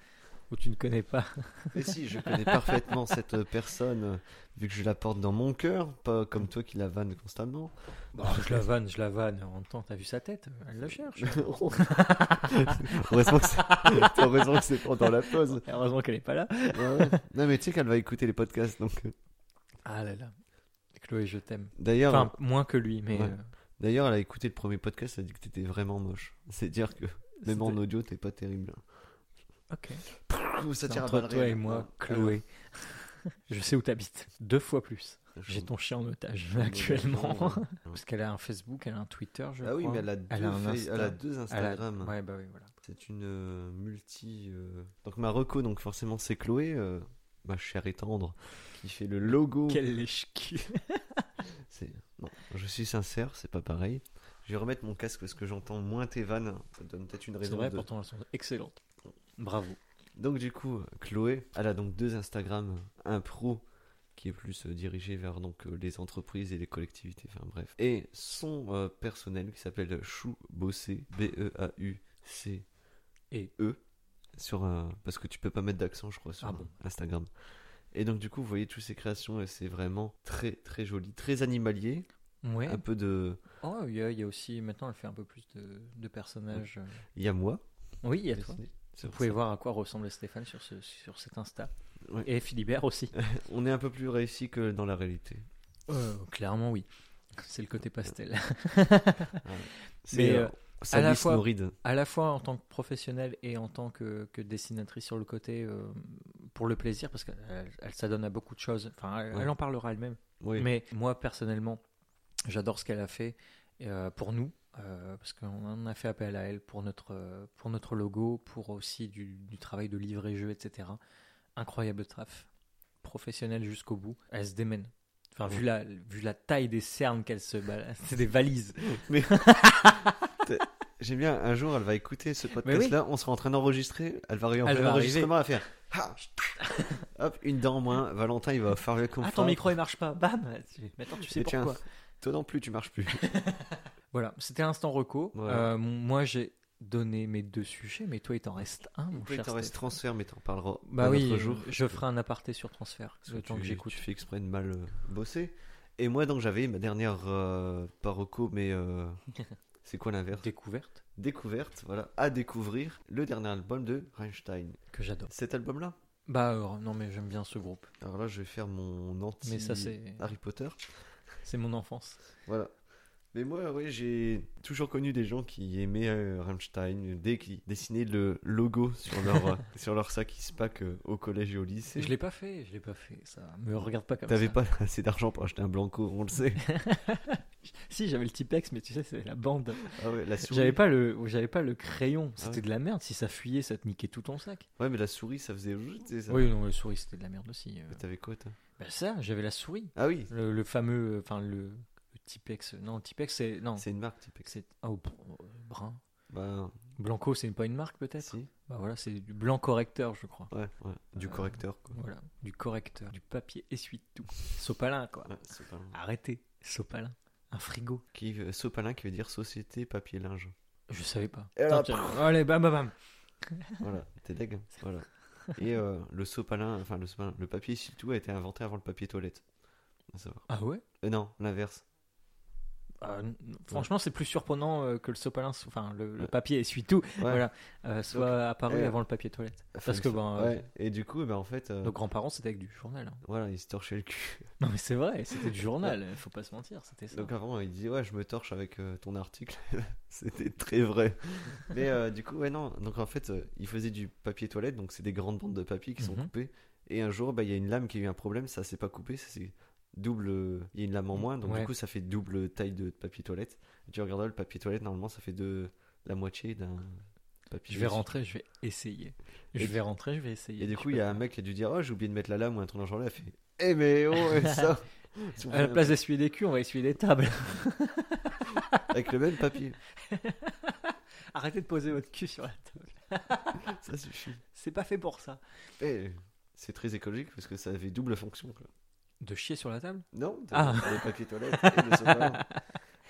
où tu ne connais pas.
Mais si, je connais parfaitement cette euh, personne, euh, vu que je la porte dans mon cœur, pas comme toi qui la vanne constamment.
je la vanne, je la vanne. En même temps, t'as vu sa tête Elle la cherche.
Oh. heureusement que c'est- heureusement que c'est pendant la pause.
Heureusement qu'elle est pas là.
Ouais, ouais. Non, mais tu sais qu'elle va écouter les podcasts. Donc...
Ah là là. Chloé, je t'aime.
D'ailleurs,
Enfin, moins que lui, mais.
Ouais.
euh,
d'ailleurs, elle a écouté le premier podcast, elle a dit que t'étais vraiment moche. C'est dire que même
c'était-
en audio, t'es pas terrible.
Ok.
Ouh, Ça
C'est
tire à
entre
balles
toi et
réelles.
moi,
Ah,
Chloé. je sais où t'habites. Deux fois plus. Mmh.
ah, je-
J'ai ton chien en otage
je-
actuellement.
ouais.
Parce qu'elle a un Facebook, elle a un Twitter, je
Ah oui,
crois.
mais elle a deux,
Elle a un
fa-
Insta.
elle a deux
Elle a-
Instagram.
Ouais, bah oui, voilà.
C'est une euh, multi. euh, Donc ma reco, donc forcément c'est Chloé, euh, ma chère et tendre, qui fait le logo.
Quel lèche cul
C'est- Non, je suis sincère, c'est pas pareil. Je vais remettre mon casque parce que j'entends moins tes vannes. Ça donne peut-être une
C'est
raison.
vrai,
de-
pourtant elles sont excellentes. Bravo.
Donc du coup, Chloé, elle a donc deux Instagram, un pro qui est plus euh, dirigé vers donc euh, les entreprises et les collectivités. Enfin bref, et son euh, personnel qui s'appelle Chou Bossé, B E A U C
Et.
E sur un parce que tu peux pas mettre d'accent, je crois, sur
Ah bon.
Instagram. Et donc du coup, vous voyez toutes ces créations et c'est vraiment très très joli, très animalier,
Ouais.
un peu de
Oh, il y, a- il y a aussi. Maintenant, elle fait un peu plus de, de personnages. euh.
il y a moi.
Oui, il y a toi.
dessiné
Vous
sur
pouvez
ça.
voir à quoi ressemblait Stéphane sur, ce, sur cet Insta.
Ouais.
Et Philibert aussi.
On est un peu plus réussi que dans la réalité.
Euh, clairement, oui. C'est le côté pastel.
C'est
euh,
euh, Salis
la fois-
Nouride.
à la fois en tant que professionnelle et en tant que, que dessinatrice sur le côté euh, pour le plaisir, parce qu'elle elle s'adonne à beaucoup de choses. Enfin, elle,
Ouais.
elle en parlera elle-même.
Oui.
Mais moi, personnellement, j'adore ce qu'elle a fait euh, pour nous, euh, parce qu'on en a fait appel à elle pour notre, euh, pour notre logo, pour aussi du, du travail de livre et jeu, etc. Incroyable traf, professionnelle jusqu'au bout. Elle se démène. Enfin, vu la, vu la taille des cernes qu'elle se balade, c'est des valises.
J'aime bien, un jour, elle va écouter ce
oui.
podcast-là, on sera en train d'enregistrer, elle va
Elle
réenregistrer
va
l'enregistrement, elle va faire Ah Hop, une dent en moins, Valentin, il va faire le confort.
Ah, ton micro il marche pas, bam tu- Mais attends, tu sais
Et tiens.
pourquoi
Toi non plus, tu marches plus.
Voilà, c'était l'instant reco.
Ouais.
Euh, moi j'ai donné mes deux sujets, mais toi il t'en reste un, mon
Toi, il
cher.
t'en reste
Steph.
transfert, mais t'en parleras
Bah
un
oui,
autre jour.
je ferai un aparté sur transfert
Parce
le temps que
tu-
j'écoute.
Tu fais exprès de mal euh, bosser. Et moi, donc, j'avais ma dernière, euh, pas reco, mais euh, c'est quoi l'inverse
Découverte
Découverte, voilà, à découvrir le dernier album de Rammstein.
que j'adore.
Cet album-là
Bah euh, non, mais j'aime bien ce groupe.
Alors là, je vais faire mon anti
Mais ça, c'est-
Harry Potter.
C'est mon enfance.
Voilà. Mais moi, ouais, j'ai toujours connu des gens qui aimaient euh, Rammstein dès qu'ils dessinaient le logo sur leur, euh, sur leur sac Spack euh, au collège et au lycée.
Je l'ai pas fait, je l'ai pas fait ça. Me regarde pas comme
T'avais
ça.
pas assez d'argent pour acheter un Blanco, on le sait.
si, j'avais le Tipex, mais tu sais, c'est la bande.
Ah ouais, la souris.
J'avais pas le, j'avais pas le crayon.
Ah
C'était
ouais.
de la merde. Si ça fuyait, ça te niquait tout ton sac.
Ouais, mais la souris, ça faisait. tu sais, ça-
Oui, non, la souris, c'était de la merde aussi. euh.
Mais T'avais quoi, toi
Bah ça, j'avais la souris.
Ah oui,
Le, le fameux, euh, enfin le, le Tipex. Non, le Tipex, c'est non.
c'est une marque, Tipex.
C'est ah, oh, br- euh, brun.
Bah,
Blanco, c'est pas une marque peut-être.
si.
Bah voilà, c'est du blanc correcteur, je crois.
Ouais, ouais. Du
Euh,
correcteur, quoi.
Voilà, du correcteur, du papier essuie tout. Sopalin quoi.
Ouais, Sopalin.
Arrêtez, Sopalin, un frigo.
Qui, euh, Sopalin qui veut dire société papier linge.
Je savais pas.
Et là,
Tiens, Allez, bam bam bam.
Voilà, t'es deg. hein Voilà. Et euh, le Sopalin, enfin le Sopalin, le papier ici tout a été inventé avant le papier toilette. À savoir.
Ah ouais.
Euh, non, l'inverse.
Ah, n- franchement, c'est plus surprenant euh, que le Sopalin, so- enfin le, le papier essuie tout,
Ouais.
voilà, euh, soit apparu
euh,
avant le papier toilette.
Enfin,
Parce que
ça-
ben, euh,
ouais. Et du coup, eh ben, en fait, euh,
nos grands-parents c'était avec du journal. hein.
voilà, il se torchait le cul.
Non mais c'est vrai, c'était du journal, euh, faut pas se mentir, c'était ça.
Donc avant, il disait ouais, je me torche avec euh, ton article. C'était très vrai. Mais euh, du coup, ouais non. Donc en fait, euh, il faisait du papier toilette, donc c'est des grandes bandes de papier qui sont
Mhm.
coupées. Et un jour, bah, il y a une lame qui a eu un problème, ça s'est pas coupé, ça c'est double. euh, Il y a une lame en moins, donc
Mm, Ouais.
du coup, ça fait double taille de papier toilette. Et tu regardes oh, le papier toilette, normalement, ça fait de la moitié d'un papier.
Je vais rentrer, je vais essayer. Je
Et
vais rentrer, je vais essayer.
Et du
Je
coup,
peux
il y a
pas.
un mec qui a dû dire oh, j'ai oublié de mettre la lame ou un truc dans le genre là. Il a fait eh mais oh et ça.
À la place d'essuyer des culs, on va essuyer des tables.
Avec le même papier,
Arrêtez de poser votre cul sur la table.
ça suffit.
C'est pas fait pour ça.
Eh, c'est très écologique parce que ça avait double fonction. Quoi.
De chier sur la table
Non,
Ah.
t'as le papier toilette et le sofa.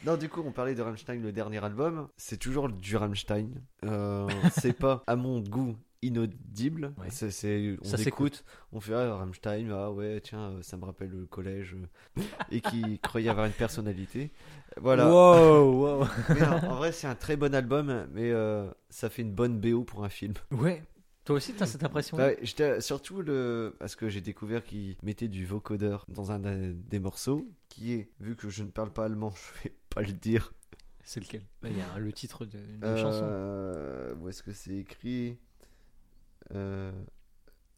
Non, du coup, on parlait de Rammstein, le dernier album. C'est toujours du Rammstein. Euh, c'est pas, à mon goût, inaudible.
Ouais.
C'est- c'est- on
Ça
écoute, on fait ah, Rammstein, ah ouais, tiens, euh, ça me rappelle le collège. euh, Et qui croyait avoir une personnalité. Voilà.
Wow, wow.
Mais en, en vrai, c'est un très bon album, mais euh, ça fait une bonne BO pour un film.
Ouais. Toi aussi, t'as cette impression
Bah, j'étais- surtout le parce que j'ai découvert qu'il mettait du vocodeur dans un des des morceaux qui est vu que je ne parle pas allemand je vais pas le dire
C'est lequel Bah, Il y a le titre de- d'une chanson.
Euh, où est-ce que c'est écrit Euh,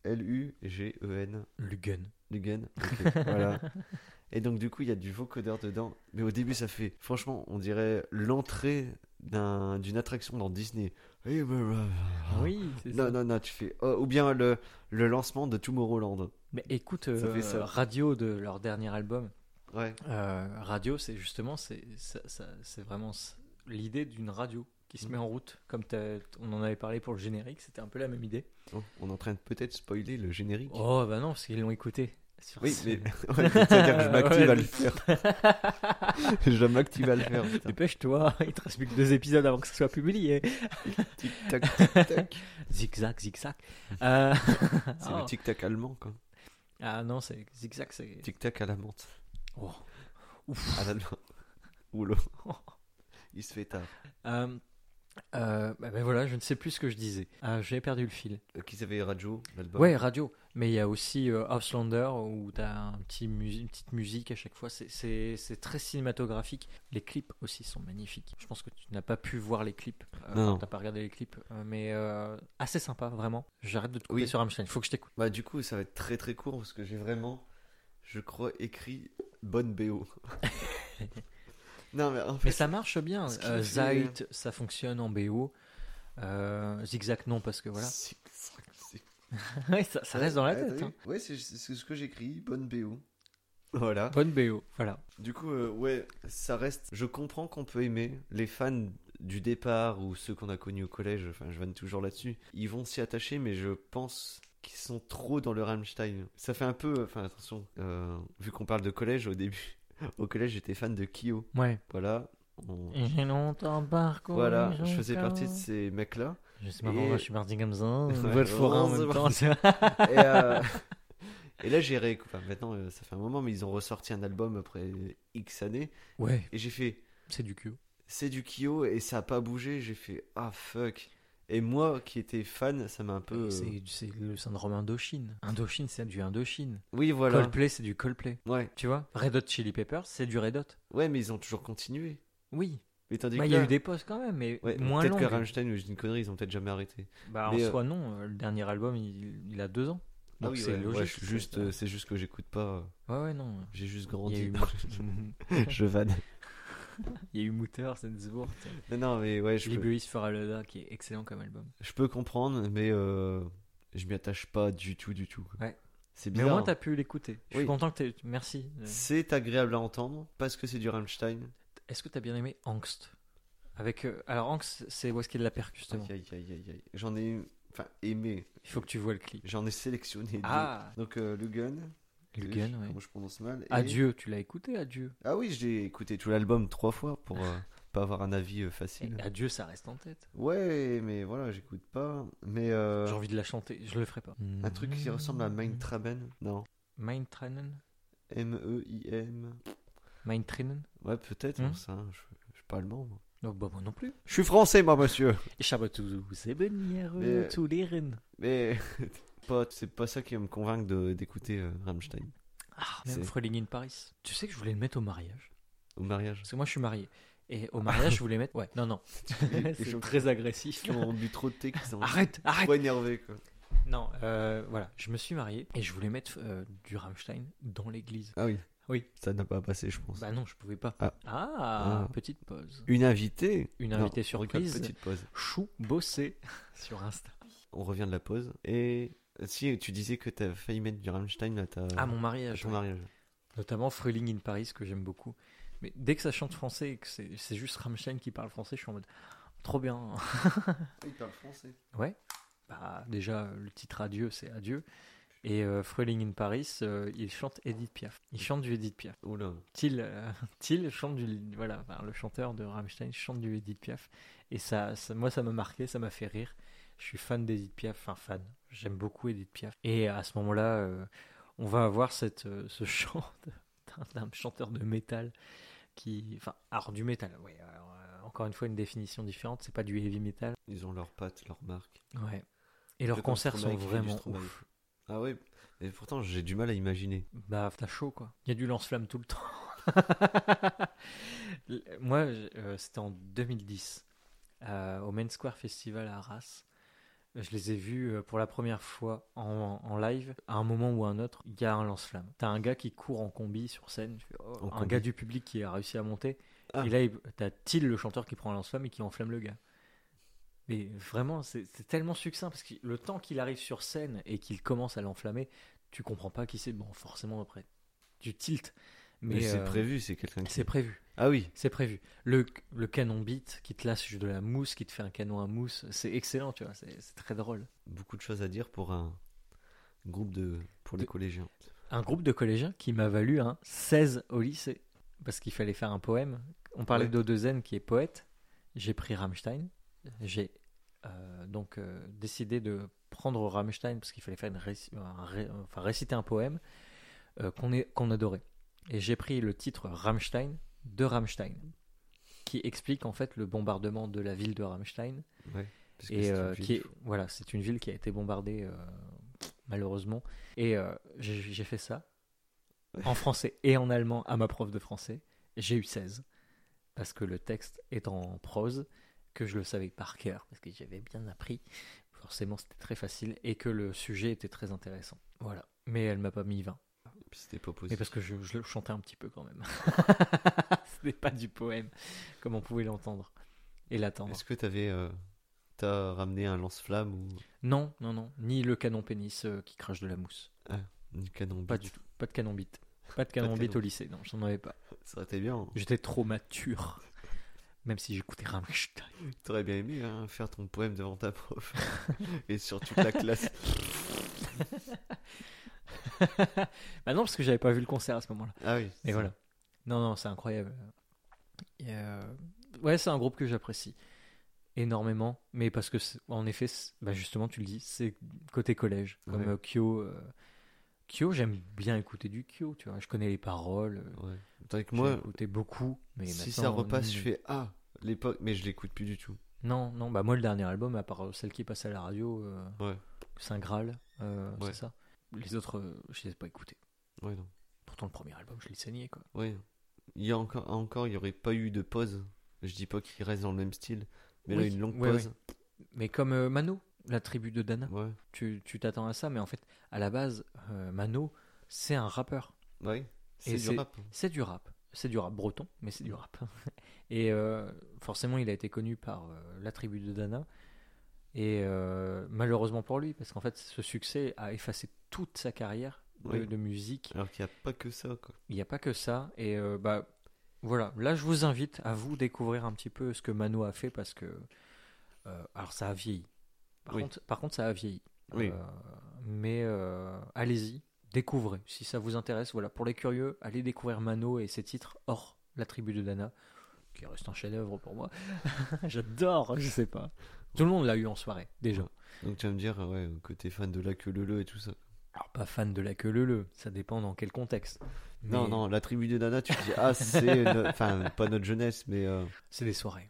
L U G E N
Lugen.
Lugen ok, voilà et donc du coup il y a du vocodeur dedans mais au début ça fait franchement on dirait l'entrée d'un- d'une attraction dans Disney Eh, bah, bah, bah.
Ah Oui, c'est ça.
non non non tu fais oh, ou bien le, le lancement de Tomorrowland
Mais écoute,
Ça
euh,
fait ça.
Radio de leur dernier album.
ouais
Euh, radio, c'est justement, c'est ça- ça- c'est vraiment s- l'idée d'une radio qui se
Mm.
met en route. Comme t'as- on en avait parlé pour le générique, c'était un peu la même idée.
Oh, on est en train de peut-être spoiler le générique.
Oh bah non, parce qu'ils l'ont écouté. sur
Oui,
ce-
mais ouais, c'est-à-dire que je m'active
Ouais.
à le faire. je m'active à le faire. putain.
Dépêche-toi, il te reste plus que deux épisodes avant que ce soit publié.
Tic tac, tic tac.
Zigzag, zigzag. Euh,
C'est
oh.
le tic tac allemand quoi.
Ah non, c'est zigzag, c'est.
Tic tac à la menthe.
Oh.
À l'allemand. Oula. Il se fait tard.
Euh, euh, bah, bah, voilà, je ne sais plus ce que je disais. Ah, J'ai perdu le fil.
Euh, Qui savait Radio l'album.
Ouais, radio. Mais il y a aussi euh, Auslander où t'as un petit musi- une petite musique à chaque fois. C'est- C'est c'est très cinématographique. Les clips aussi sont magnifiques. Je pense que tu n'as pas pu voir les clips. Euh,
Non.
T'as pas regardé les clips. Euh, mais euh, assez sympa, vraiment. J'arrête de te couper
Oui.
sur Rammstein. Faut que je t'écoute.
Bah du coup ça va être très très court parce que j'ai vraiment, je crois, écrit bonne BO. non mais en fait.
Mais ça marche bien.
ce qui
Euh,
me fait-
Zeit, ça fonctionne en BO. Euh, zigzag, non, parce que voilà.
Tic tac, tic
Ouais, ça, ça reste dans la
tac.
tête. hein.
Ah, Ouais c'est c'est ce que j'écris bonne BO. Voilà.
Bonne BO, voilà.
Du coup, euh, ouais, ça reste. Je comprends qu'on peut aimer les fans du départ ou ceux qu'on a connus au collège. Enfin, je vanne toujours là-dessus. Ils vont s'y attacher, mais je pense qu'ils sont trop dans le Rammstein. Ça fait un peu. Enfin, attention, euh, vu qu'on parle de collège au début. Au collège, j'étais fan de Kyo.
Ouais.
Voilà. on-
Et euh, J'ai longtemps parcouru.
Voilà,
les
je faisais
encore.
partie de ces mecs-là.
Je sais pas pourquoi
Et-
je suis parti comme ça. Une
Ouais,
voix de forain en
c'est
même
vrai.
temps. c'est-
Et, euh, et là, j'ai réécouté. Enfin, maintenant, euh, ça fait un moment, mais ils ont ressorti un album après X années.
Ouais,
Et j'ai fait.
c'est du cul.
c'est du Kyo et ça a pas bougé. J'ai fait ah fuck. Et moi qui étais fan, ça m'a un peu. euh,
C'est c'est le syndrome Indochine. Indochine, c'est du Indochine.
Oui voilà.
Coldplay, c'est du Coldplay.
Ouais,
Tu vois Red Hot Chili Peppers, c'est du Red Hot.
ouais, mais ils ont toujours continué.
Oui.
Mais
Bah,
tandis
Il
que
y a
là-
eu des pauses quand même, mais
Ouais,
moins
peut-être que
longues.
Rammstein ou j'ai une connerie, ils ont peut-être jamais arrêté.
Bah, en
Mais, euh,
soi, non. euh, Le dernier album, il, il a deux ans.
Ah
Donc
oui,
c'est
ouais,
logique.
ouais, je suis juste, euh, c'est juste que j'écoute pas. euh,
Ouais, ouais, non.
J'ai juste
Il y a
grandi.
eu...
je vanne.
Il y a eu Mutter, Sensbourg,
Mais non, mais ouais, je, peux-
Liberis Faralada qui est excellent comme album.
je peux comprendre, mais euh, je m'y attache pas du tout, du tout. quoi.
Ouais.
C'est
Mais au
bizarre.
moins, t'as pu l'écouter. Je suis
Oui.
content que t'aies. Merci. Euh,
C'est agréable à entendre parce que c'est du Rammstein.
Est-ce que t'as bien aimé Angst Avec, euh, Alors, Angst, c'est où est-ce qu'il la perque, justement.
Aïe, aïe, aïe, aïe, aïe. J'en ai eu- enfin, aimé,
Il faut que tu vois le clip.
j'en ai sélectionné
Ah
deux. Donc euh, le gun,
Lugan, ouais.
comment je prononce mal. et-
Adieu, tu l'as écouté, Adieu.
Ah oui, j'ai écouté tout l'album trois fois pour euh, pas avoir un avis euh, facile.
Et Adieu, ça reste en tête.
Ouais, mais voilà, j'écoute pas. Mais euh,
J'ai envie de la chanter, je le ferai pas.
un truc qui ressemble à Traben Non.
Mindtrainen
M-E-I-M.
Mindtrainen
Ouais, peut-être,
Hmm.
hein, ça. Je, je suis pas allemand. moi.
Non, bah, moi non plus.
Je suis français, moi, monsieur.
Et Shabbat tous c'est hier,
Mais-
tous les reines.
Mais pote, c'est pas ça qui va me convaincre de- d'écouter euh, Rammstein
Ah, même
C'est-
Frelling in Paris. Tu sais que je voulais le mettre au mariage.
au mariage.
Parce que moi, je suis marié. Et au mariage, je voulais mettre. Ouais, non, non.
Les
c'est
gens
très agressif.
qui ont bu trop de thé, qui sont
Arrête, arrête.
trop énervés, quoi.
Non, euh, voilà, je me suis marié et je voulais mettre euh, du Rammstein dans l'église.
Ah oui.
Oui.
Ça n'a pas passé, je pense.
Bah non, je pouvais pas.
Ah.
Ah,
Ah.
petite pause.
Une invitée.
Une
Non,
invitée
on regarde,
surprise.
Petite pause.
Chou bossé sur Insta.
On revient de la pause. Et si tu disais que t'as failli mettre du Rammstein à ta.
Ah, mon
à
mariage.
ton
ouais.
mariage.
Notamment Frühling in Paris, que j'aime beaucoup. Mais dès que ça chante français et que c'est c'est juste Rammstein qui parle français, je suis en mode trop bien.
Il parle français.
Bah, déjà, le titre Adieu, c'est Adieu. Et euh, Frühling in Paris, euh, il chante Edith Piaf. Il chante du Edith Piaf.
Oula.
Till, euh, Till chante du. Voilà, enfin, le chanteur de Rammstein chante du Edith Piaf. Et ça, ça- moi, ça m'a marqué, ça m'a fait rire. Je suis fan d'Edith Piaf, enfin fan. J'aime beaucoup Edith Piaf. Et à ce moment-là, euh, on va avoir cette, euh, ce chant de- d'un d'un chanteur de métal qui. Enfin, alors du métal, oui. alors, euh, Encore une fois, une définition différente. C'est pas du heavy metal.
Ils ont leurs pattes, leurs marques.
Ouais. Et leurs
comme
concerts
Stromae
sont
qui fait du
vraiment
Stromae.
ouf.
Ah ouais. Et pourtant, j'ai du mal à imaginer.
Bah, t'as chaud quoi. Il y a du lance-flamme tout le temps. L- Moi, j- euh, c'était en 2010, euh, au Main Square Festival à Arras. Je les ai vus euh, pour la première fois en, en live. À un moment ou à un autre, il y a un lance-flamme. T'as un gars qui court en combi sur scène, je fais, oh,
En
un
combi.
gars du public qui a réussi à monter.
Ah.
Et là, il- t'as Till, le chanteur, qui prend un lance-flamme et qui enflamme le gars. Mais vraiment, c'est c'est tellement succinct parce que le temps qu'il arrive sur scène et qu'il commence à l'enflammer, tu comprends pas qui c'est. Bon, forcément, après, tu tiltes.
Mais,
Mais,
c'est
euh,
prévu, c'est quelqu'un qui.
C'est prévu.
Ah oui.
C'est prévu. Le, le canon beat qui te lâche de la mousse, qui te fait un canon à mousse, c'est excellent, tu vois, c'est c'est très drôle.
Beaucoup de choses à dire pour un groupe de. pour les
De-
collégiens.
Un groupe de collégiens qui m'a valu un 16 au lycée, parce qu'il fallait faire un poème. On parlait
Ouais.
d'Odezen qui est poète, j'ai pris Rammstein, j'ai euh, donc euh, décidé de prendre Rammstein, parce qu'il fallait faire une réci- un ré- enfin, réciter un poème euh, qu'on est- qu'on adorait. Et j'ai pris le titre Rammstein de Rammstein, qui explique en fait le bombardement de la ville de Rammstein
Ouais. Parce que
et
c'est une
euh, qui
ville.
est- voilà, c'est une ville qui a été bombardée euh, malheureusement. Et euh, j'ai j'ai fait ça
Ouais.
en français et en allemand à ma prof de français. J'ai eu 16 parce que le texte est en prose que je le savais par cœur parce que j'avais bien appris. Forcément, c'était très facile et que le sujet était très intéressant. Voilà. Mais elle m'a pas mis 20.
Puis C'était pas
Mais
possible.
parce que je, je le chantais un petit peu quand même. Ce n'est pas du poème comme on pouvait l'entendre et l'attendre.
Est-ce que t'avais. euh, T'as ramené un lance-flamme ou
Non, non, non. Ni le canon pénis euh, qui crache de la mousse.
une canon
Pas
bite
du tout. Pas de canon bite. Pas de canon
canon.
bite au lycée. Non, j'en avais pas.
Ça aurait été bien. hein.
J'étais trop mature. Même si j'écoutais Rammstein.
T'aurais bien aimé hein, faire ton poème devant ta prof. et sur toute la classe.
bah non, parce que j'avais pas vu le concert à ce moment-là.
Ah oui.
Mais voilà. Non, non, c'est incroyable. Et, euh, Ouais, c'est un groupe que j'apprécie énormément. Mais parce que, c'est- en effet, c'est- bah justement, tu le dis, c'est côté collège. Comme
Ouais.
euh, Kyo. euh, Kyo, j'aime bien écouter du Kyo, tu vois. Je connais les paroles. euh,
Ouais. Tandis que
j'ai
moi,
écouté beaucoup. Mais
si
maintenant,
ça repasse,
non.
je fais Ah, l'époque, mais je l'écoute plus du tout.
Non, non, bah moi le dernier album, à part celle qui passe à la radio, euh,
Ouais.
Saint Graal, euh,
Ouais.
c'est ça. Les autres, euh, je les ai pas écoutés.
Ouais, non.
Pourtant le premier album, je l'ai saigné quoi.
Ouais. Il y a encore, encore, il y aurait pas eu de pause. Je dis pas qu'il reste dans le même style, mais là
Oui,
une longue
ouais,
pause.
Mais comme euh, Mano, la tribu de Dana,
Ouais.
tu tu t'attends à ça, mais en fait, à la base, euh, Mano, c'est un rappeur.
Ouais.
Et
C'est du
c'est-
rap. hein.
C'est du rap. c'est du rap breton, mais c'est du rap. Et euh, forcément, il a été connu par euh, la tribu de Dana. Et euh, malheureusement pour lui, parce qu'en fait, ce succès a effacé toute sa carrière de,
Oui.
de musique.
Alors qu'il n'y a pas que ça, quoi.
Il n'y a pas que ça. Et euh, bah voilà, là, je vous invite à vous découvrir un petit peu ce que Mano a fait, parce que euh, alors ça a vieilli. Par,
Oui.
contre, par contre, ça a vieilli.
Oui.
Euh, mais euh, allez-y, découvrez. Si ça vous intéresse, voilà, pour les curieux, allez découvrir Mano et ses titres hors la tribu de Dana, qui reste un chef-d'œuvre pour moi. J'adore, je sais pas. Tout le monde l'a eu en soirée, déjà.
Donc tu vas me dire, ouais, que t'es fan de la queue leu leu et tout ça.
Alors, pas fan de la queue leu leu, ça dépend dans quel contexte.
Non,
Mais
non, la tribu des nanas, tu te dis, ah, c'est. no- Enfin, pas notre jeunesse, mais. euh,
C'est des soirées.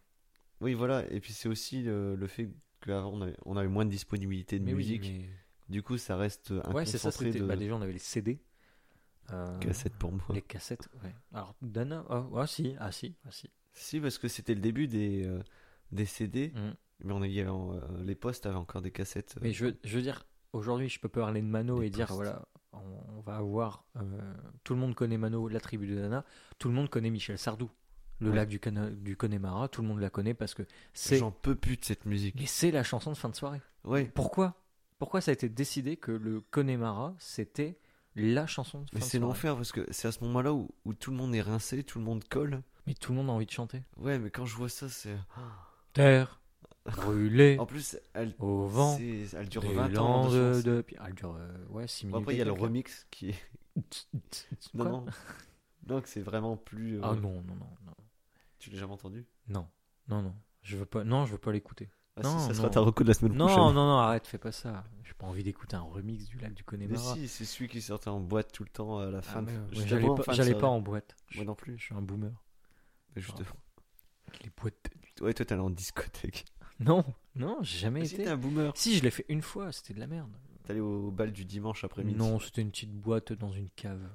Oui, voilà. Et puis c'est aussi euh, le fait qu'avant, on avait, on avait moins de disponibilité de
Mais oui,
musique. Du coup, ça reste un
mais- Ouais, c'est ça,
concentré
c'était.
de
Bah, déjà, on avait les CD. euh,
cassettes pour moi.
Les cassettes, ouais. Alors, Dana, ah, ah, si, ah si, ah si.
Si, parce que c'était le début des, euh, des CD.
Mm.
Mais on a- il y avait, euh, les postes avaient encore des cassettes. euh,
Mais je, veux- je veux dire, aujourd'hui, je peux parler de Mano
Des
et dire,
postes.
voilà, on, on va avoir. euh, tout le monde connaît Mano, la tribu de Dana. Tout le monde connaît Michel Sardou. Le
Ouais.
lac du, Cana- du Connemara, tout le monde la connaît parce que c'est.
J'en peux plus de cette musique.
Mais c'est la chanson de fin de soirée.
Ouais,
Pourquoi Pourquoi ça a été décidé que le Connemara, c'était la chanson de fin
mais
de
c'est
soirée
l'enfer parce que c'est à ce moment-là où, où tout le monde est rincé, tout le monde colle.
Mais tout le monde a envie de chanter.
Ouais, mais quand je vois ça, c'est.
Terre, brûlée,
En plus, elle,
au vent,
c'est- elle dure
des
20 ans. avant De
landes
chanson.
de... pierre. Elle dure, euh, ouais, 6
Bon,
minutes.
après, il y a
et
le
quelques.
remix qui est. Non,
Quoi
non. Donc, c'est vraiment plus. euh,
Ah non, non, non, non.
Tu l'as jamais entendu
Non, non, non. Je veux pas, non, je veux pas l'écouter.
Ah,
Non,
si, ça sera
non.
ta reco de la semaine
Non, non,
prochaine.
non, arrête, fais pas ça. J'ai pas envie d'écouter un remix du lac du
Mais
Connemara.
si, c'est celui qui sortait en boîte tout le temps à la
Ah,
fin. de-
mais, ouais,
J'étais
J'allais
vraiment
pas,
fan de
j'allais
ça.
pas en boîte.
Moi non
Je
plus.
suis un boomer.
Mais juste...
Les boîtes.
Ouais, toi, t'es allé en discothèque.
Non, non, j'ai jamais
Mais si,
été.
t'es un boomer.
Si, je l'ai fait une fois, c'était de la merde.
T'es allé au bal du dimanche après-midi.
Non, c'était une petite boîte dans une cave.